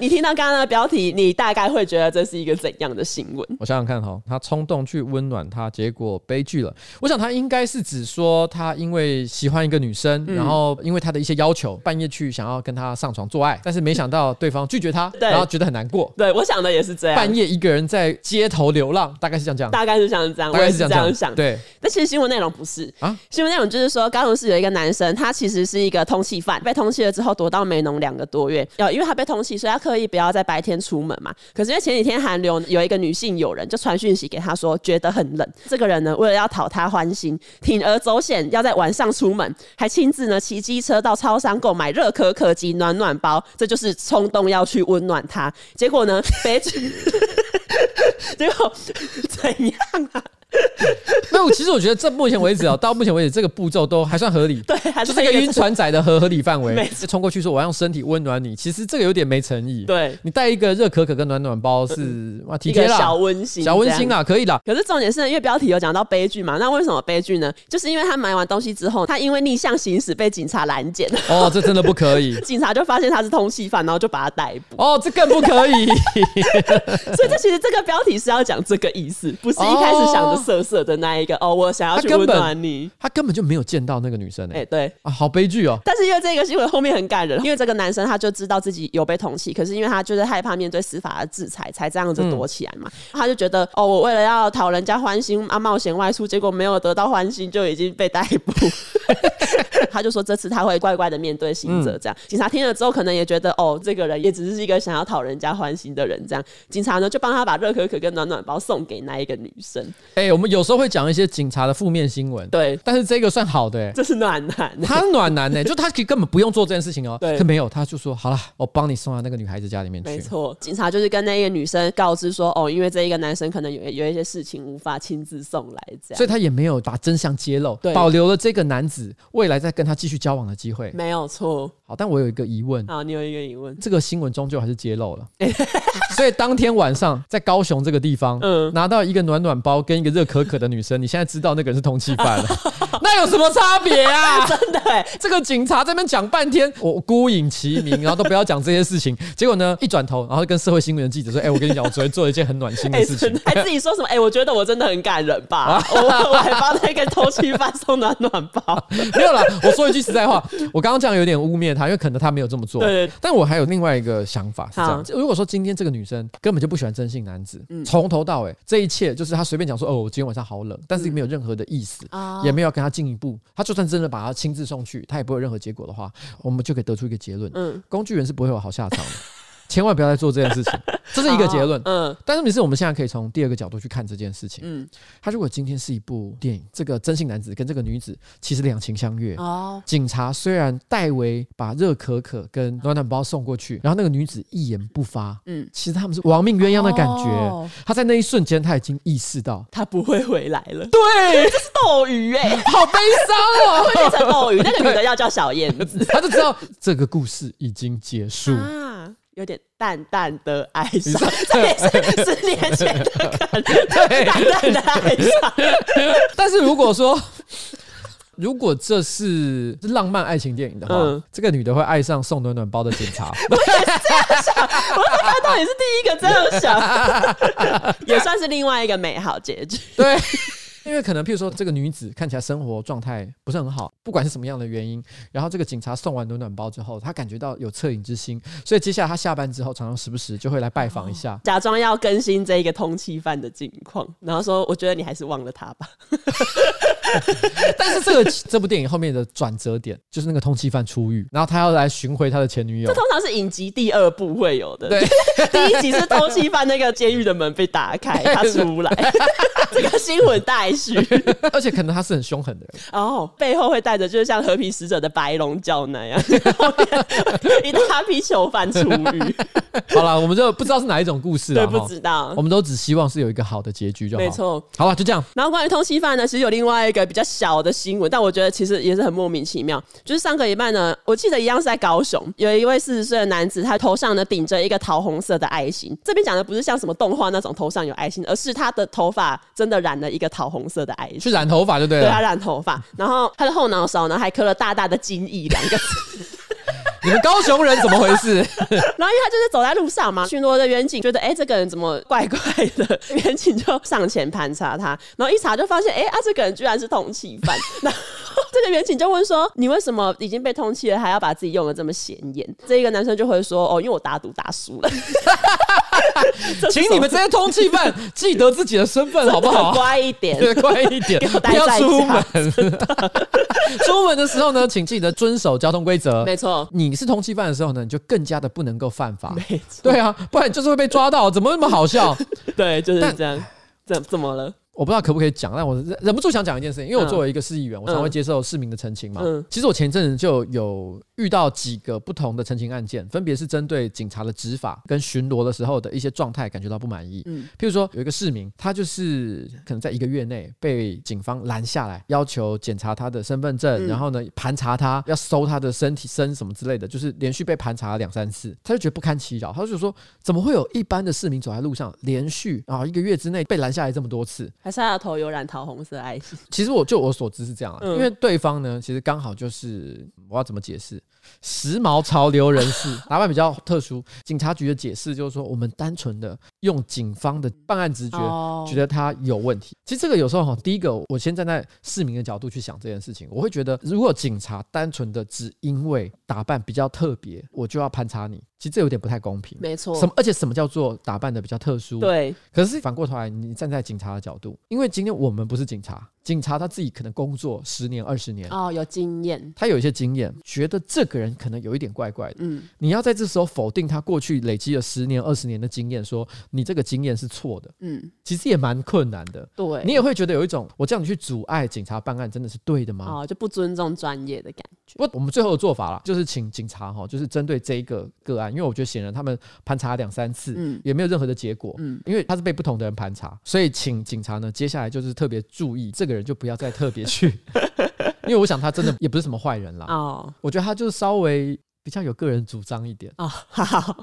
你听到刚刚的标题，你大概会觉得这是一个怎样的新闻？我想想看哈，他冲动去温暖她，结果悲剧了。我想他应该是指说他因为喜欢一个女生，嗯然后因为她的一些要求，半夜去想要跟她上床做爱，但是没想到对方拒绝她，对然后觉得很难过，对我想的也是这样半，夜一个人在街头流浪，大概是这样讲，大概是像这样，大我也概是这这样样讲，想。对，但其实新闻内容不是啊啊，新闻内容就是说，高雄市有一个男生，他其实是一个通缉犯，被通缉了之后躲到梅农两个多月。呃，因为他被通缉，所以他刻意不要在白天出门嘛。可是因为前几天韩流有一个女性友人就传讯息给他说，觉得很冷。这个人呢，为了要讨他欢心，铤而走险，要在晚上出门，还亲自呢骑机车到超商购买热可可及暖暖包，这就是冲动要去温暖他。结果呢， 悲剧，结果怎啊样啊？那我其实我觉得这目前为止啊，到目前为止这个步骤都还算合理。对，还就是是一个晕船仔的合合理范围没，就冲过去说我要用身体温暖你，其实这个有点没诚意。对。嗯你带一个热可可跟暖暖包是哇体一贴个啦，小温馨，小温馨啊。啦，可以啦。可是重点是，因为标题有讲到悲剧嘛，那为什么悲剧呢？就是因为他买完东西之后，他因为逆向行驶被警察拦截，哦，这真的不可以。 警察就发现他是通缉犯，然后就把他逮 捕。哦，这更不可以。 所以这其实这个标题是要讲这个意思，不是一开始想着色色的那一个哦，我想要哦他去根温本暖你。他根本就没有见到那个女生哎、哎、对。啊，好悲剧哦。但是因为这个新闻后面很感人，因为这个男生他就知道自己有被通缉，可是因为他就是害怕面对司法的制裁，才这样子躲起来嘛。他就觉得哦，我为了要讨人家欢心啊，冒险外出，结果没有得到欢心，就已经被逮捕。他就说这次他会乖乖的面对刑责，这样、警察听了之后，可能也觉得哦，这个人也只是一个想要讨人家欢心的人，这样警察呢就帮他把热可可跟暖暖包送给那一个女生。哎、我们有时候会讲一些警察的负面新闻，对，但是这个算好的、欸，这是暖男。他暖男欸呢、就他可以根本不用做这件事情哦、对他没有，他就说好了，我帮你送到那个女孩子家里面没去。错，警察就是跟那个女生告知说，哦，因为这一个男生可能有有一些事情无法亲自送来，这样所以他也没有把真相揭露对，保留了这个男子未来再跟他继续交往的机会。没有错。好，但我有一个疑问，好，你有一个疑问， 这个新闻终究还是揭露 了，哎所以当天晚上在高雄这个地方，嗯拿到一个暖暖包跟一个热可可的女生，你现在知道那个人是通缉 犯了，那有什么差别啊？真的欸、这个警察在那边讲半天，我孤影其名，然后都不要讲这些事情。结果呢，一转头，然后跟社会新闻的记者说：“哎、我跟你讲，我昨天做了一件很暖心 哎、的事情真的。还自己说什么？哎、我觉得我真的很感人吧，我我还帮那个偷吃饭送暖暖包， 没有啦，我说一句实在话，我刚刚这样有点污蔑他，因为可能他没有这么做。对但我还有另外一个想法是这好嗯样：如果说今天这个女生根本就不喜欢真性男子，从、头到尾这一切就是她随便讲说：“哦，我今天晚上好冷”，嗯但是没有任何的意思，啊也没有要跟他进一步。他就算真的把他亲自送去，他也不会有任何结果的话，我们就可以得出一个结论：嗯工具人是不会有好下场的。 千万不要再做这件事 情，这是一个结论。嗯但是问题是我们现在可以从第二个角度去看这件事情。嗯，他如果今天是一部电影，这个真性男子跟这个女子其实两情相悦。哦，警察虽然代为把热可可跟暖暖包送过去，然后那个女子一言不发，嗯嗯，其实他们是亡命鸳鸯的感觉。哦他在那一瞬间他已经意识到，他不会回来 了，对，这是斗鱼哎、好悲伤 哦，会变成斗鱼，那个女的要叫小燕子他就知道这个故事已经结束。啊。有点淡淡的哀伤， 这也是十年前的感觉，对淡淡的哀伤。但是如果说，如果这是是浪漫爱情电影的话，嗯这个女的会爱上送暖暖包的警察。我看到你是第一个这样想，也算是另外一个美好结局。 对， 因为可能譬如说这个女子看起来生活状态不是很好，不管是什么样的原因，然后这个警察送完暖暖包之后，她感觉到有恻隐之心，所以接下来她下班之后，常常时不时就会来拜访一下。假装要更新这一个通缉犯的近况，然后说：“我觉得你还是忘了他吧。 但是这个这部电影后面的转折点就是那个通缉犯出狱，然后他要来寻回他的前女”友这。通常是影集第二部会有的。对， 第一集是通缉犯那个监狱的门被打开，他出来，这个新闻待续。而且可能他是很凶狠的人， 哦，背后会带着就是像和平使者的白龙教那样，后面一大批囚犯出狱。好了，我们就不知道是啊哦哪一种故事对，了不哈。知道我。们都只希望是有一个好的结局就好。没错，好啊了，就这样。然后关于通缉犯呢，其实有另外一个比较小的新闻，但我觉得其实也是很莫名其妙。就是上个礼拜呢，我记得一样是在高雄，有一位四十岁的男子，他头上呢顶着一个桃红色的爱心。这边讲的不是像什么动画那种头上有爱心，而是他的头发真的染了一个桃红色的爱心。去染头发就对对了。啊他染头发，然后他的后脑勺呢还刻了大大的“金翼”两个字，你们高雄人怎么回事？然后因为他就是走在路上嘛，巡逻的远景觉得哎、诶这个人怎么怪怪的， 远景就上前盘查他，然后一查就发现哎、诶啊这个人居然是通缉犯， 然后这个远景就问说你为什么已经被通缉了还要把自己用的这么显眼？这一个男生就会说哦因为我打赌打输 了，这是 请你们这些通缉犯记得自己的身份好不真的好？ 乖一点。对，快一点，给我待不要在出家门。出门的时候呢，请记得遵守交通规则。没错，你是通缉犯的时候呢，你就更加的不能够犯法。没错，对啊，不然就是会被抓到，怎么那么好笑？ 对，就是但这样。怎怎么了？我不知道可不可以讲，但我忍忍不住想讲一件事情，因为我嗯作为一个市议员，我常会接受市民的澄清嘛。嗯其实我前阵子就有遇到几个不同的澄清案件，分别是针对警察的执法跟巡逻的时候的一些状态感觉到不满意。嗯譬如说有一个市民，他就是可能在一个月内被警方拦下来，要求检查他的身份证，嗯然后呢盘查他，要搜他的身体身什么之类的，就是连续被盘查了两三次，他就觉得不堪其扰，他就觉得说怎么会有一般的市民走在路上连续啊一个月之内被拦下来这么多次？还是他的头有染桃红色爱心？其实我就我所知是这样啊、嗯因为对方呢，其实刚好就是我要怎么解释，时髦潮流人士 打扮比较特殊。警察局的解释就是说，我们单纯的用警方的办案直觉。哦觉得他有问题，其实这个有时候哈，第一个我先站在市民的角度去想这件事情，我会觉得如果警察单纯的只因为打扮比较特别，我就要盘查你，其实这有点不太公平。没错，什么？而且什么叫做打扮的比较特殊？对，可是反过头来，你站在警察的角度，因为今天我们不是警察，警察他自己可能工作十年、二十年，哦，有经验，他有一些经验，觉得这个人可能有一点怪怪的。嗯，你要在这时候否定他过去累积了十年、二十年的经验，说你这个经验是错的，嗯，其实也蛮困难的。对，你也会觉得有一种，我这样去阻碍警察办案，真的是对的吗？哦就不尊重专业的感觉。不，我们最后的做法啦，就是请警察哈，就是针对这一个个案，因为我觉得显然他们盘查两三次，嗯也没有任何的结果，嗯因为他是被不同的人盘查，所以请警察呢，接下来就是特别注意这个人，就不要再特别去， 因为我想他真的也不是什么坏人啦，哦我觉得他就是稍微比较有个人主张一点，哦，好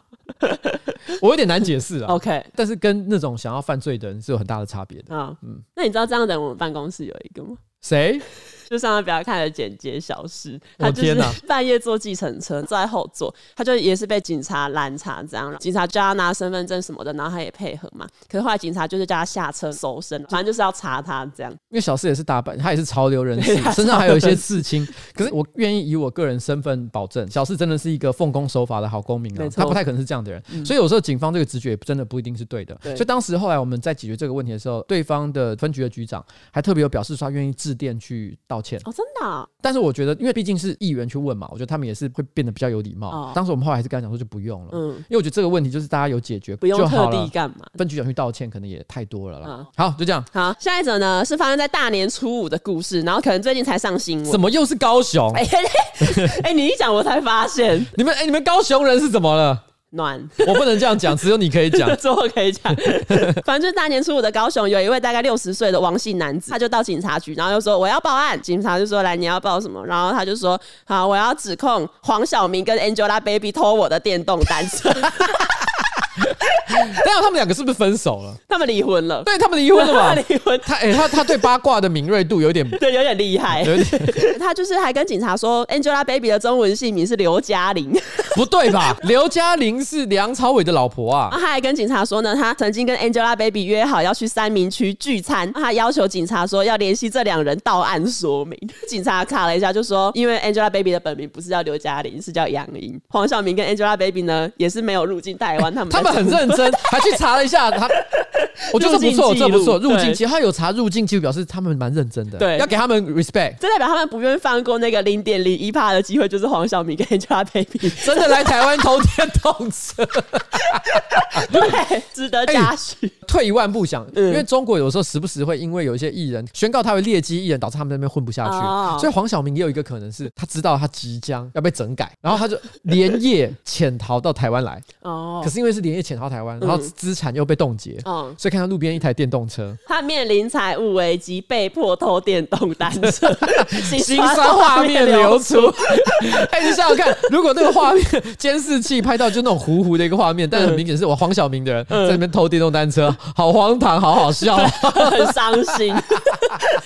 我有点难解释啊， ，OK。但是跟那种想要犯罪的人是有很大的差别的。啊、嗯那你知道这样的人，我们办公室有一个吗？谁？就上班不要看的简介小事，我他就哦天是哪半夜坐计程车，坐在后座，他就也是被警察拦查这样，警察叫他拿身份证什么的，然后他也配合嘛。可是后来警察就是叫他下车搜身，反正就是要查他这样。因为小四也是打扮，他也是潮流 人士对他，身上还有一些刺青。可是我愿意以我个人身份保证，小四真的是一个奉公守法的好公民啊没，错他不太可能是这样的人。嗯所以有时候警方这个直觉也真的不一定是对的。嗯对所以当时后来我们在解决这个问题的时候，对方的分局的局长还特别有表示说他愿意致电去道歉。哦，真的啊、但是我觉得，因为毕竟是议员去问嘛，我觉得他们也是会变得比较有礼貌。哦当时我们后来还是跟他讲说就不用了，嗯，因为我觉得这个问题就是大家有解决不用就特好地了。干嘛。分局长去道歉可能也太多了啦。嗯好，就这样。好，下一则呢是发生在大年初五的故事，然后可能最近才上新怎闻。么又是高雄？哎、嘿嘿哎你一讲我才发现，你们哎、你们高雄人是怎么了？暖。我不能这样 讲，只有你可以讲。这我可以讲。 反正就是大年初五的高雄，有一位大概六十岁的王姓男子，他就到警察局，然后就说我要报案。警察就说来，你要报什么？然后他就说好，我要指控黄晓明跟 Angelababy 偷我的电动单车， 但他们两个是不是分手了？他们离婚了，对他们离婚了 吧？离婚。他哎、他他对八卦的敏锐度有 点对，有点厉害。有点他就是还跟警察说，Angelababy 的中文姓名是刘嘉玲。 不对吧？刘嘉玲是梁朝伟的老婆啊啊，。他还跟警察说呢，他曾经跟 Angelababy 约好要去三明区聚餐，他要求警察说要联系这两人到案说明。 警察卡了一下，就说因为 Angelababy 的本名不是叫刘嘉玲，是叫杨颖。黄晓明跟 Angelababy 呢也是没有入境台湾，他们他们很在认真，还去查了一下 他。我觉得这不错，入境记这不录错。入境对记录他有查入境记录，表示他们蛮认真的，对要给他们 respect。 这代表他们不愿意放过那个零点零一趴的机会，就是黄晓明跟 Angelababy，真的来台湾偷电动车，对，值得哎嘉许。退一万步想，嗯因为中国有时候时不时会因为有一些艺人宣告他会劣迹艺人，导致他们在那边混不下去。哦所以黄晓明也有一个可能是，他知道他即将要被整改，然后他就连夜潜逃到台湾来。哦可，是因为是连夜潜逃台湾，然后资产又被冻结，嗯，所以看到路边一台电动车，他面临财务危机，被迫偷电动单车， 心心酸画面流出。 哎、你想想看，如果那个画面监视器拍到就那种糊糊的一个画面，但很明显是我黄晓明的人在那边偷电动单车，好荒唐，好好 笑。 很伤心。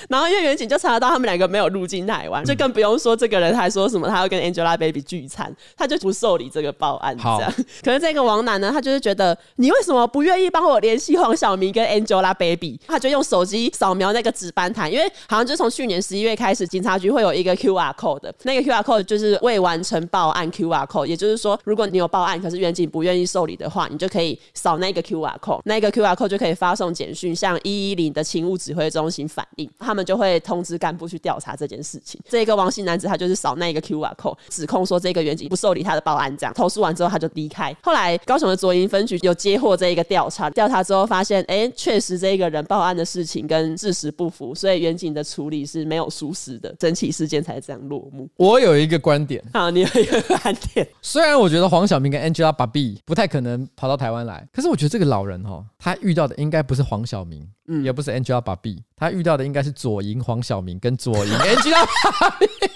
然后因为远景就查得到他们两个没有入境台湾，就更不用说这个人还说什么他要跟 Angelababy 聚餐，他就不受理这个报案。这好样，可是这个王楠呢，他就是觉得你为什么不愿意帮我联系黄晓明跟 Angelababy？他就用手机扫描那个值班台，因为好像就是从去年十一月开始，警察局会有一个 QR code 的，那个 QR code 就是未完成报案 QR code，也就是说，如果你有报案，可是远景不愿意受理的话，你就可以扫那个 QR code，那个 QR code 就可以发送简讯向一一零的勤务指挥中心反映，他们就会通知干部去调查这件事情。这个王姓男子他就是扫那个 QR code，指控说这个远景不受理他的报案，这样投诉完之后他就离开。后来高雄的左营分局有接获这一个调查，调查之后发现，哎，确实这个人报案的事情跟事实不符，所以远景的处理是没有疏失的，整起事件才这样落幕。我有一个观点，好，你有一个观点，虽然我觉得黄晓明跟 Angelababy 不太可能跑到台湾来，可是我觉得这个老人哈，他遇到的应该不是黄晓明，也不是 Angelababy，他遇到的应该是左营黄晓明跟左营 Angela。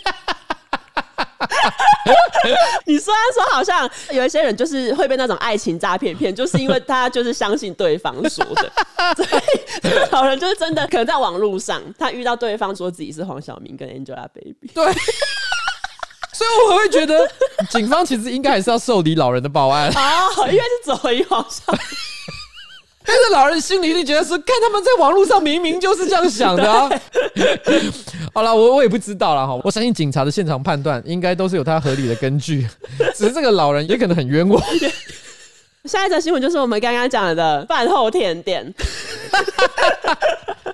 你虽然说好像有一些人就是会被那种爱情诈骗骗，就是因为他就是相信对方说的，所以这个老人就是真的可能在网络上，他遇到对方说自己是黄晓明跟 Angelababy，对，所以我会觉得警方其实应该还是要受理老人的报案，哦，因为是左一黄晓明，但是老人心里一定觉得说，看他们在网络上明明就是这样想的、 啊。 好了，我我也不知道了哈，我相信警察的现场判断应该都是有他合理的根据， 只是这个老人也可能很冤枉。下一则新闻就是我们刚刚讲的饭后甜点。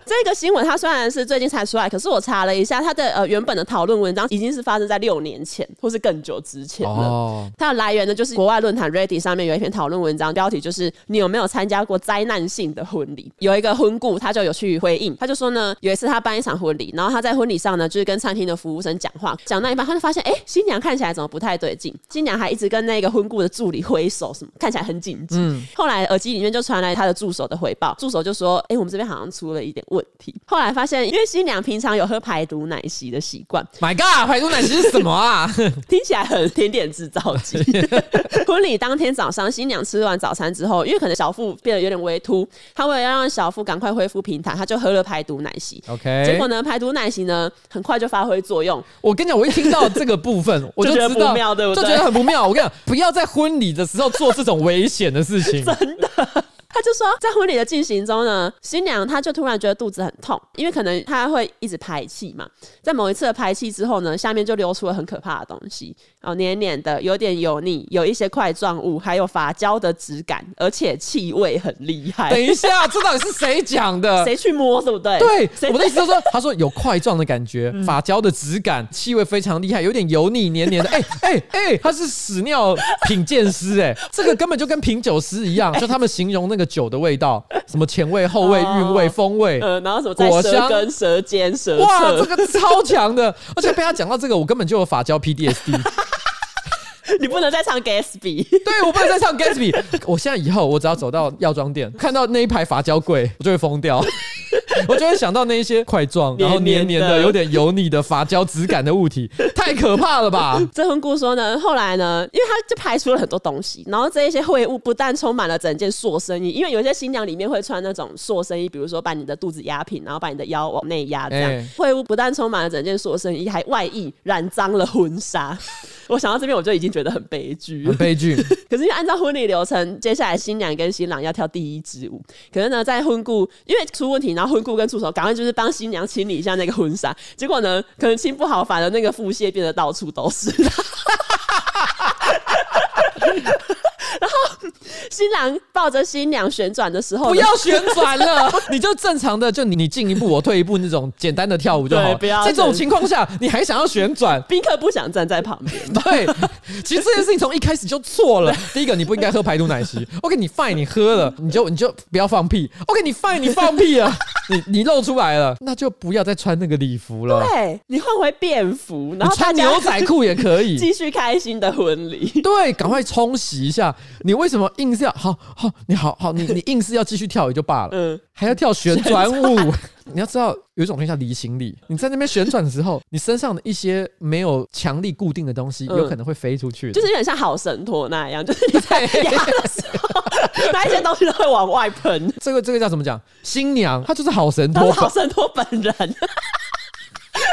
这个新闻它虽然是最近才出来，可是我查了一下，它的呃原本的讨论文章已经是发生在六年前或是更久之前了。哦，它的来源呢，就是国外论坛 Ready 上面有一篇讨论文章，标题就是“你有没有参加过灾难性的婚礼？”有一个婚顾他就有去回应，他就说呢，有一次他办一场婚礼，然后他在婚礼上呢，就是跟餐厅的服务生讲话，讲到一半，他就发现，哎、新娘看起来怎么不太对劲？新娘还一直跟那个婚顾的助理挥手，什么看起来很紧急。后来耳机里面就传来他的助手的回报，助手就说：“哎、我们这边好像出了一点问题。”后来发现，因为新娘平常有喝排毒奶昔的习惯， My God，排毒奶昔是什么啊？ 听起来很甜点制造机。婚礼当天早上，新娘吃完早餐之后，因为可能小腹变得有点微凸，她为了要让小腹赶快恢复平坦，她就喝了排毒奶昔。 OK，结果呢，排毒奶昔呢，很快就发挥作用。我跟你讲，我一听到这个部分，我 就觉得知道不妙对不对就觉得很不妙。我跟你讲， 不要在婚礼的时候做这种危险的事 情。她就说，在婚礼的进行中呢，新娘她就突然觉得肚子很痛，因为可能她会一直排气嘛。在某一次的排气之后呢，下面就流出了很可怕的东西，哦，黏黏的，有点油腻，有一些块状物，还有发胶的质感，而且气味很厉害。等一下，这到底是谁讲 的？谁去摸，对不对？呃对，谁我的意思就是说，他说有块状的感觉，发胶的质感，气味非常厉害，有点油腻黏黏的。哎哎哎，他是屎尿品鉴师哎，这个根本就跟品酒师一样，就他们形容那个酒的味道，什么前味、后味、哦韵味、风味。呃，然后什么在果舌香根、舌尖、舌哇，这侧，个超强的！而且被他讲到这个，我根本就有发胶 PDSD。 你不能再唱 Gatsby。对，我不能再唱 Gatsby。我现在以后，我只要走到药妆店，看到那一排发胶柜，我就会疯 掉。我就会想到那一些块状，然后黏黏黏的、黏的有点油腻的发胶质感的物体，太可怕了吧？这婚故说呢，后来呢，因为他就排除了很多东西，然后这一些秽物不但充满了整件塑身衣，因为有些新娘里面会穿那种塑身衣，比如说把你的肚子压平，然后把你的腰往内压这样哎。秽物不但充满了整件塑身衣，还外溢染脏了婚纱。 我想到这边我就已经觉得很悲剧了很。悲 剧。可是因为按照婚礼流程，接下来新娘跟新郎要跳第一支舞。可是呢，在婚顾因为出问题，然后婚顾跟助手赶快就是帮新娘清理一下那个婚纱。结果呢，可能清不好，反而那个腹泻变得到处都是。 然后新郎抱着新娘旋转的时候呢，不要旋转了，你就正常的，就你你进一步我退一步那种简单的跳舞就好对。不要在这种情况下，你还想要旋转？宾客不想站在旁边。 对，其实这件事情从一开始就错了。第一个，你不应该喝排毒奶昔。OK，你 fine，你喝了，你就你就不要放屁。OK，你 fine，你放屁 了，你你露出来了，那就不要再穿那个礼服了。对你换回便服，然你后大穿家牛仔裤也可以。 继续开心的婚礼。对，赶快冲洗一下。你为什么硬是要好好？你好好， 你你硬是要继续跳也就罢了，嗯，还要跳旋转 舞。你要知道，有一种东西叫离心力。你在那边旋转的时候，你身上的一些没有强力固定的东西，嗯有可能会飞出去的。就是有点像好神陀那样，就是 你在压的时候，那一些东西都会往外喷。这个这个叫怎么讲？新娘她就是好神但是托好吧？神陀本人。然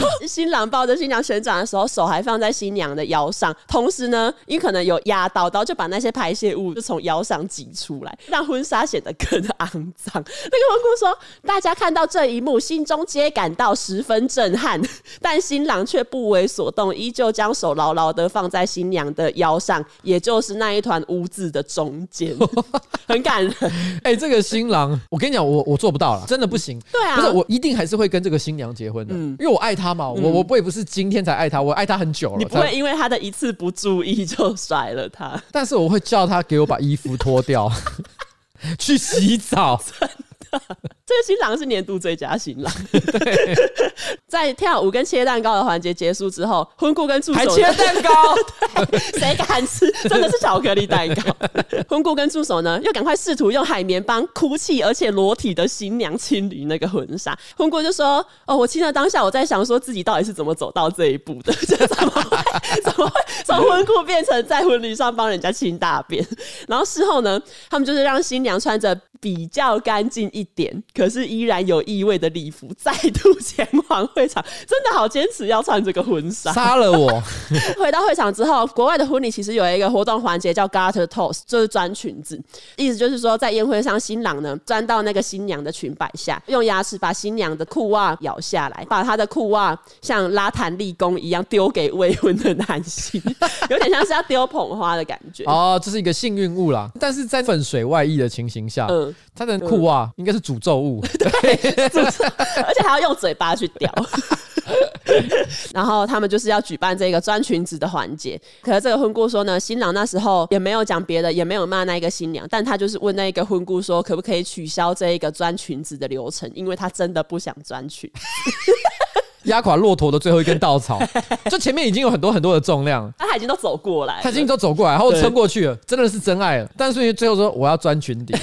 后新郎抱着新娘旋转的时候，手还放在新娘的腰上，同时呢，因为可能有压到，然后就把那些排泄物就从腰上挤出来，让婚纱显得更肮脏。那个婚姑说，大家看到这一幕，心中皆感到十分震撼，但新郎却不为所动，依旧将手牢牢的放在新娘的腰上，也就是那一团污渍的中间，很感人。哎、这个新郎，我跟你讲，我我做不到了，真的不行。对啊嗯不是我一定还是会跟这个新娘结婚的，因为我爱她嘛，我我我也不是今天才爱她，我爱她很久了。你不才会因为他的一次不注意就甩了他，但是我会叫她给我把衣服脱掉，去洗澡。 这个新郎是年度最佳新 郎。在跳舞跟切蛋糕的环节结束之后，婚顾跟助手还切 蛋糕，谁敢吃？真的是巧克力蛋糕。 婚顾跟助手呢，又赶快试图用海绵帮哭泣而且裸体的新娘清理那个婚纱。婚顾就说：“哦，我亲了当下，我在想说自己到底是怎么走到这一步的， 就怎么会怎么会从婚顾变成在婚礼上帮人家清大便？”然后事后呢，他们就是让新娘穿着比较干净一点，可是依然有异味的礼服再度前往会场，真的好坚持要穿这个婚纱。杀了我！ 回到会场之后，国外的婚礼其实有一个活动环节叫 garter toss，就是钻裙子，意思就是说在宴会上，新郎呢钻到那个新娘的裙摆下，用牙齿把新娘的裤袜咬下来，把她的裤袜像拉弹力弓一样丢给未婚的男性， 有点像是要丢捧花的感觉。哦，这是一个幸运物啦。但是在粉水外溢的情形下，嗯，他的裤袜应该是诅咒物。而且还要用嘴巴去叼。然后他们就是要举办这个钻裙子的环节。可是这个婚顾说呢，新郎那时候也没有讲别的，也没有骂那一个新娘，但他就是问那一个婚顾说，可不可以取消这一个钻裙子的流程，因为他真的不想钻裙。压垮骆驼的最后一根稻 草，就前面已经有很多很多的重量，但他已经都走过来 了，他已经都走过来，然后对撑过去了，真的是真爱了。但是最后说我要钻裙 底，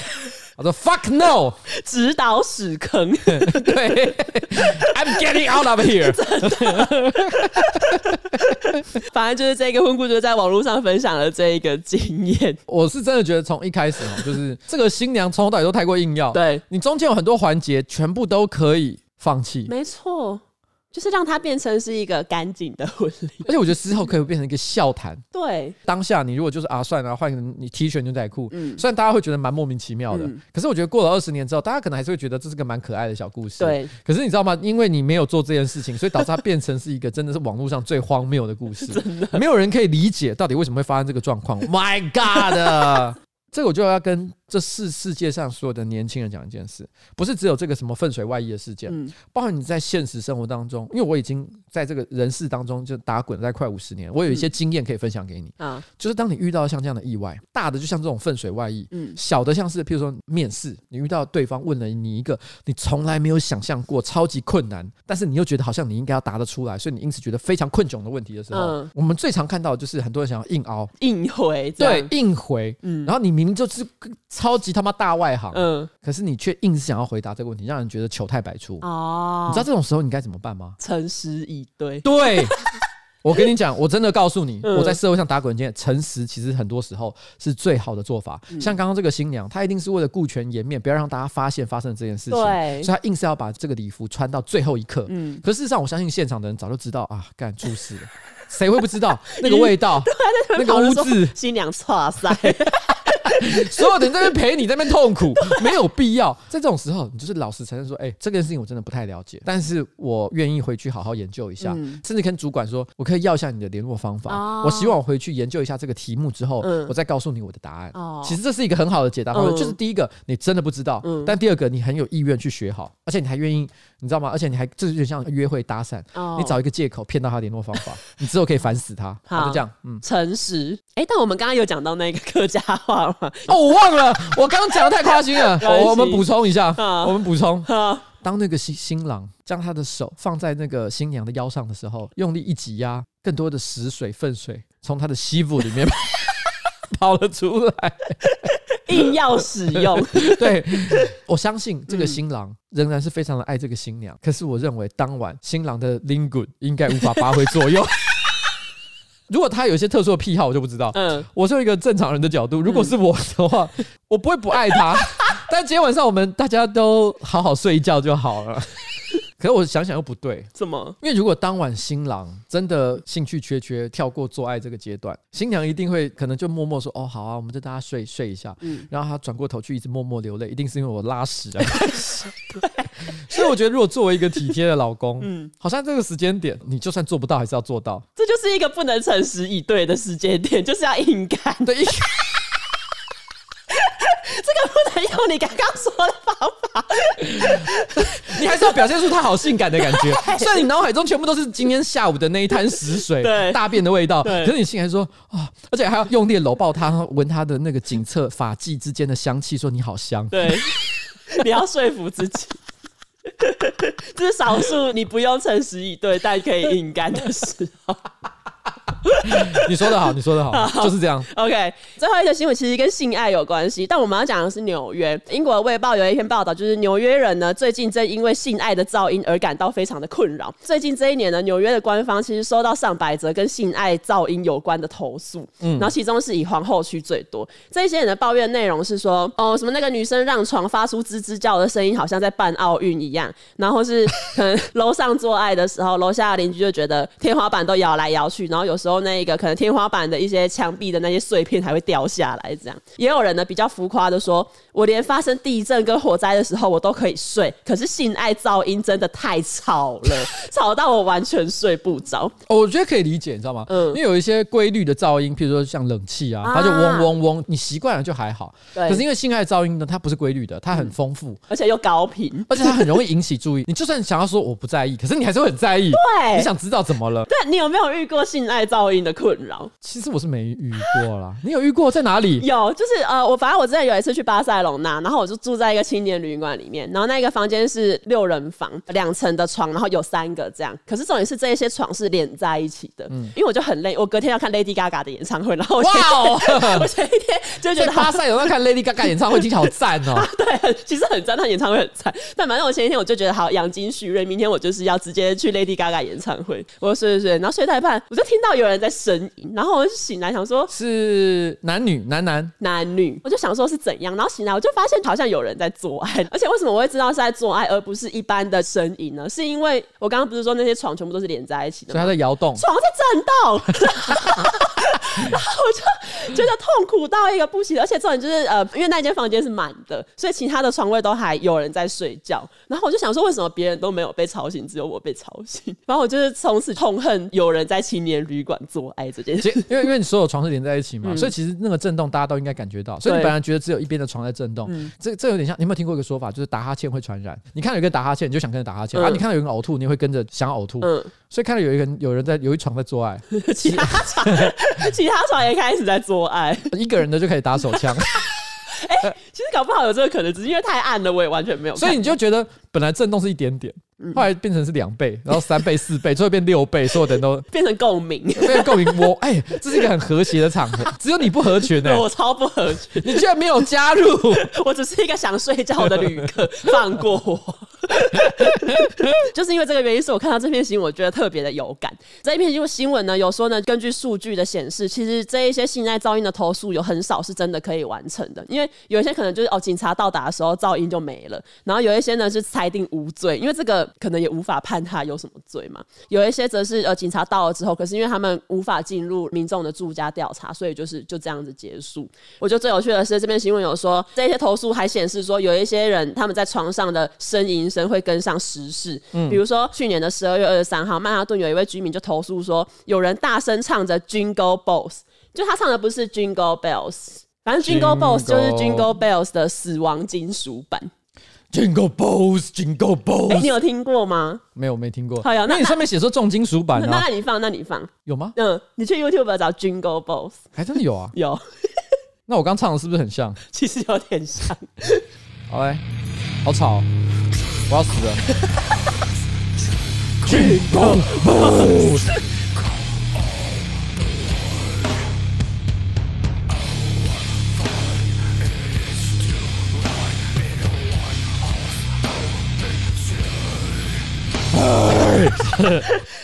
我说 fuck no，指导屎坑。对，I'm getting out of here。反正就是这个婚顾就在网络上分享了这一个经验。我是真的觉得从一开始哦，就是这个新娘从头到尾都太过硬要，对，你中间有很多环节全部都可以放弃，没错，就是让它变成是一个干净的婚礼。而且我觉得之后可以变成一个笑谈。对，当下你如果就是啊算了，换成你 T 恤牛仔裤，嗯虽然大家会觉得蛮莫名其妙的，嗯可是我觉得过了二十年之后，大家可能还是会觉得这是个蛮可爱的小故事。。对，可是你知道吗？因为你没有做这件事情，所以导致它变成是一个真的是网络上最荒谬的故事，没有人可以理解到底为什么会发生这个状况。My God！这个啊我就要跟这世世界上所有的年轻人讲一件事，不是只有这个什么粪水外溢的事件，嗯包含你在现实生活当中，因为我已经在这个人世当中就打滚了在快五十年，我有一些经验可以分享给你。啊，就是当你遇到像这样的意外，大的就像这种粪水外溢，嗯。小的像是譬如说面试，你遇到对方问了你一个你从来没有想象过、超级困难，但是你又觉得好像你应该要答得出来，所以你因此觉得非常困窘的问题的时候，嗯我们最常看到的就是很多人想要硬凹，硬回，这对样，硬回，嗯然后你明明就是个超级他妈大外行，嗯可是你却硬是想要回答这个问题，让人觉得糗态百出。哦，你知道这种时候你该怎么办吗？诚实以对，对， 我跟你讲，我真的告诉你，嗯我在社会上打滚经验，诚实其实很多时候是最好的做法。嗯像刚刚这个新娘，她一定是为了顾全颜面，不要让大家发现发生这件事情，对所以她硬是要把这个礼服穿到最后一刻。嗯，可事实上，我相信现场的人早就知道啊，干出事了，谁会不知道那个味 道，啊那个污渍，新娘哇塞，所有的人在那边陪你，在那边痛苦， 没有必要。在这种时候，你就是老实承认说，哎、这件事情我真的不太了解，但是我愿意回去好好研究一下，嗯甚至跟主管说，我可以要一下你的联络方法，哦我希望我回去研究一下这个题目之后，嗯我再告诉你我的答案。哦其实这是一个很好的解答方式，嗯就是第一个你真的不知道，嗯但第二个你很有意愿去学好，而且你还愿意，你知道吗？而且你还这就有点像约会搭讪，哦你找一个借口骗到他联络方法， 你之后可以烦死他。好他就这样，嗯。诚实。哎、但我们刚刚有讲到那个客家话吗？哦，我忘了，我刚刚讲的太夸张 了。关系我我们补充一下，啊 我们补充。哈当那个新新郎将他的手放在那个新娘的腰上的时候，用力一挤压，更多的屎水、粪水从他的西服里面 跑了出来。硬要使用，对，我相信这个新郎仍然是非常的爱这个新娘，可是我认为当晚新郎的 l i n g u 应该无法发挥作用。 如果他有一些特殊的癖好，我就不知道。嗯，我是一个正常人的角度，如果是我的话，我不会不爱 他。但今天晚上我们大家都好好睡一觉就好了。可是我想想又不对，怎么？因为如果当晚新郎真的兴趣缺缺，跳过做爱这个阶段，新娘一定会可能就默默说：“哦，好啊，我们就大家睡睡一下。”嗯然后她转过头去一直默默流泪，一定是因为我拉屎 的关系。 所以我觉得，如果作为一个体贴的老公，嗯，好像这个时间点，你就算做不到，还是要做到。这就是一个不能诚实以对的时间点，就是要硬干，对，一不能用你刚刚说的方法。你还是要表现出他好性感的感 觉。虽然你脑海中全部都是今天下午的那一滩屎水、对大便的味道，对可是你心里还说啊、而且还要用力地搂抱他，闻他的那个颈侧发髻之间的香气，说你好 香。对，你要说服自己。这是少数你不用诚实以对，但可以硬干的时候。你说的好，你说 的好，就是这样。 OK，最后一个新闻其实跟性爱有关系，但我们要讲的是纽约。英国《卫报》有一篇报道，就是纽约人呢最近正因为性爱的噪音而感到非常的困扰。最近这一年呢，纽约的官方其实收到上百则跟性爱噪音有关的投诉，然后其中是以皇后区最多。这些人的抱怨内容是说，哦，什么那个女生让床发出吱吱叫的声音，好像在办奥运一样，然后是可能楼上做爱的时候，楼下的邻居就觉得天花板都摇来摇去，然后有时候那一个可能天花板的一些墙壁的那些碎片还会掉下来，这样。也有人呢比较浮夸的说，我连发生地震跟火灾的时候我都可以睡，可是性爱噪音真的太吵了，吵到我完全睡不着。哦我觉得可以理解，你知道吗？嗯因为有一些规律的噪音，譬如说像冷气啊，啊它就嗡嗡嗡，你习惯了就还好。对嗯可是因为性爱噪音呢，它不是规律的，它很丰富。而且又高频，而且它很容易引起注意，你就算想要说我不在意，可是你还是会很在意。对你想知道怎么了？但你有没有遇过性爱噪音的困扰？其实我是没遇过啦。 你有遇过在哪里？有，就是呃，我反正我之前有一次去巴塞隆纳，然后我就住在一个青年旅馆里面，然后那个房间是六人房，两层的床，然后有三个这样。可是重点是这一些床是连在一起的，因为我就很累，我隔天要看 Lady Gaga 的演唱会，然后我哇前哦！ 我前一天就觉 在得好巴塞有在看 Lady Gaga 演唱会，已经好赞 哦。对，很其实很赞，他演唱会很赞。但反正我前一天我就觉得好养精蓄锐，明天我就是要直接去 Lady Gaga 演唱会。我睡睡睡，然后睡到一半，我就听到有人在呻吟，然后我就醒来想说是男女男男，男女，我就想说是怎样，然后醒来我就发现好像有人在做爱， 而且为什么我会知道是在做爱，而不是一般的呻吟呢？是因为我刚刚不是说那些床全部都是连在一起的所以他吗？在摇动。床在震动， 然后我就觉得痛苦到一个不行，而且重点就是呃，因为那间房间是满的，所以其他的床位都还有人在睡觉。然后我就想说，为什么别人都没有被吵醒，只有我被吵醒？然后我就是从此痛恨有人在青年旅馆做爱这件事其。因为因为你所有床是连在一起嘛，所以其实那个震动大家都应该感觉到。所以你嗯对嗯本来觉得只有一边的床在震动，这这有点像。你有没有听过一个说法，就是打哈欠会传染？你看到有一个打哈欠，你就想跟着打哈欠；嗯啊，你看到有人呕吐，你也会跟着想呕吐。嗯，所以看到有一个人有人在有一床在做爱， 其他床， 其他床也开始在做爱。一个人的就可以打手枪，其实搞不好有这个可能，只是因为太暗了，我也完全没有看。所以你就觉得本来震动是一点点，嗯后来变成是两倍，然后三倍、四倍，最后变六倍，所有的人 都变成共鸣，被共鸣窝。哎、这是一个很和谐的场 合，只有你不合群呢、欸我超不合群。你居然没有加入，我只是一个想睡觉的旅客， 放过我。 就是因为这个原因，是我看到这篇新闻，我觉得特别的有感。这一篇新闻新闻呢，有说呢，根据数据的显示，其实这一些性爱噪音的投诉有很少是真的可以完成的，因为有一些可能就是哦，警察到达的时候噪音就没了，然后有一些呢是裁定无罪，因为这个可能也无法判他有什么罪嘛。有一些则是呃，警察到了之后，可是因为他们无法进入民众的住家调查，所以就是就这样子结束。我觉得最有趣的是，这篇新闻有说，这些投诉还显示说，有一些人他们在床上的呻吟声会跟上时事。比如说去年的十二月二十三号，曼哈顿有一位居民就投诉说，有人大声唱着 Jingle Bells，就他唱的不是 Jingle Bells。反正 Jingle Bells 就是 Jingle Bells 的死亡金属版， Jingle Bells, Jingle 哎、 Bells，你有听过吗？没有没听过。好呀那那你上面写说重金属版那啊 那，你放，那你放，有吗？嗯，你去 YouTube 找 Jingle Bells，还真的有啊。有，那我刚唱的是不是很像？其实有点像。 好嘞，好吵哦，我要 死了。Jingle Bells，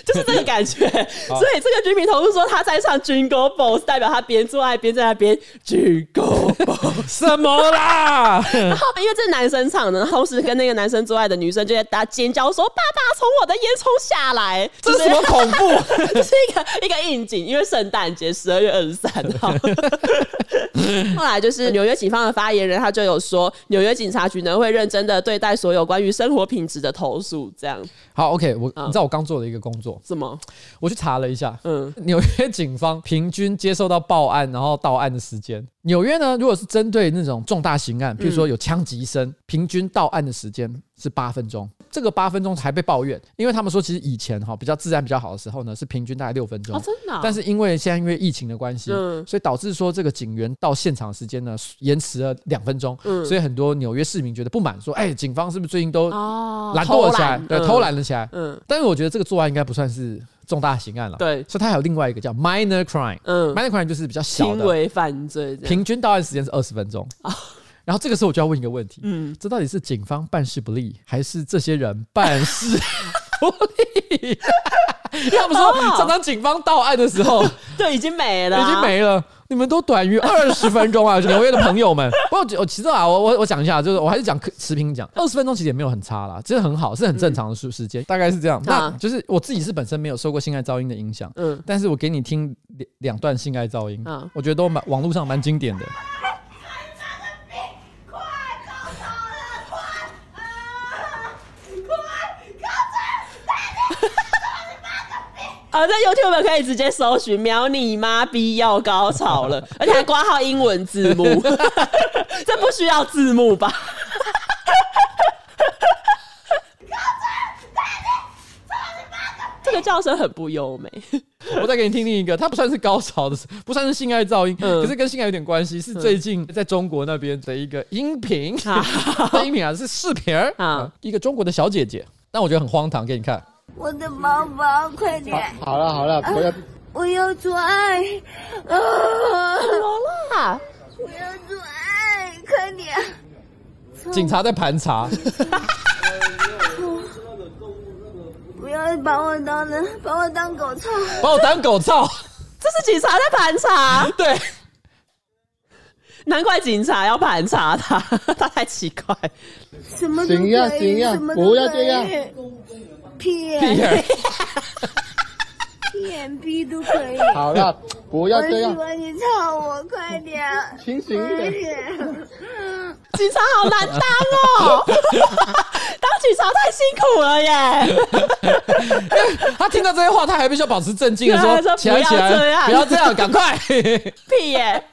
就是这个 感觉。所以这个居民投诉说他在唱 Jingle Bells，代表他边做爱边在那边 Jingle Bells。什么啦？然后因为这是男生唱的，然后同时跟那个男生做爱的女生就在大尖叫说：“爸爸，从我的烟囱下来！” 这是什么恐怖？就是一个一个应景，因为圣诞节十二月二十三号。 后来就是纽约警方的发言人，他就有说，纽约警察局呢会认真的对待所有关于生活品质的投诉，这样好，OK，我嗯你知道我刚做的一个工作，什么？我去查了一下，嗯 纽约警方平均接受到报案然后到案的时间。纽约呢，如果是针对那种重大刑案，譬如嗯说有枪击声，平均到案的时间是八分钟。这个八分钟还被抱怨，因为他们说其实以前哈比较治安比较好的时候呢，是平均大概六分钟。哦，真的啊、但是因为现在因为疫情的关系，嗯所以导致说这个警员到现场时间呢延迟了两分钟，所以很多纽约市民觉得不满，说：“哎、警方是不是最近都嗯哦懒惰了起来，偷对，嗯偷懒了起来？”嗯。但是我觉得这个作案应该不算是重大刑案了。，对，所以它还有另外一个叫 minor crime，minor、嗯， crime 就是比较小轻的，微犯罪这样，平均到案时间是二十分钟。然后这个时候我就要问一个问题：嗯，这到底是警方办事不力，还是这些人办 事不力？因为他们说，常常警方到案的时候已对，哦啊已经没了，经，没了，你们都短于二十分钟 啊！纽约的朋友们，不过我我其实啊，我我我讲一下，就是我还是讲客持平讲，二十分钟其实也没有很差啦，真的很好，是很正常的时时间，大概是这样。那啊就是我自己是本身没有受过性爱噪音的影响，嗯，但是我给你听两两段性爱噪音啊，我觉得都蛮网络上蛮经典的。啊，在 YouTube 可以直接搜寻“秒你妈逼要高 潮了”，而且还挂号英文字幕，这不需要字幕吧？这个叫声很不 优美，我再给你听另一个，它不算是高潮的，不算是性爱噪音，嗯可是跟性爱有点关系，是最近在中国那边的一个音频， 不是音频啊，是视频儿好嗯一个中国的小姐姐，但我觉得很荒唐，给你看，我的毛毛，快点！好了好了，不要我要做爱，啊！啊，我要做爱，快点！嗯警察在盘查，不要把我当人，把我当狗操！把我当狗操， 这是警察在盘查，对，难怪警察要盘查他，他太奇怪。什么都可怎以，样怎样什么不都要可这以。样屁屁哎眼、眼儿，屁眼、逼都可以。好了，不要我这喜样，欢你操我，快点！清醒一快点。点！警察好难当 哦，当警察太辛苦了耶！他听到这些话，他还必须要保持镇静的对啊说，说起来不要起这来，样不要这样，赶 快，屁眼，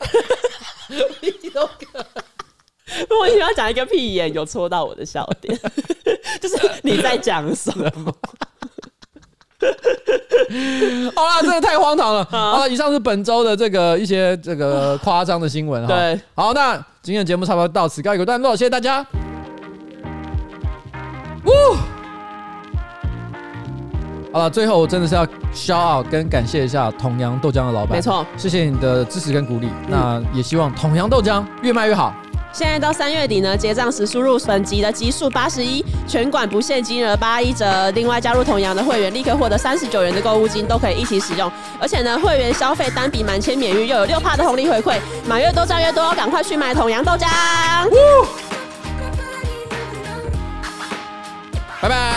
我以为要讲一个屁眼，有戳到我的笑点， 就是你在讲什么？好啦，这个太荒唐了。好了，以上是本周的这个一些这个夸张的新闻哈。对，好，那今天的节目差不多到此告一个段落，谢谢大家。呜，好了，最后我真的是要 shout out 跟感谢一下同阳豆浆的老板，没错谢谢你的支持跟鼓励。那也希望同阳豆浆越卖越好。现在到三月底呢，结账时输入本集的基数八十一，全馆不限金额八一折。另外加入同阳的会员，立刻获得三十九元的购物金，都可以一起使用。而且呢，会员消费单笔满千免运，又有六帕的红利回馈，买越多赚越多，赶快去买同阳豆浆。拜拜。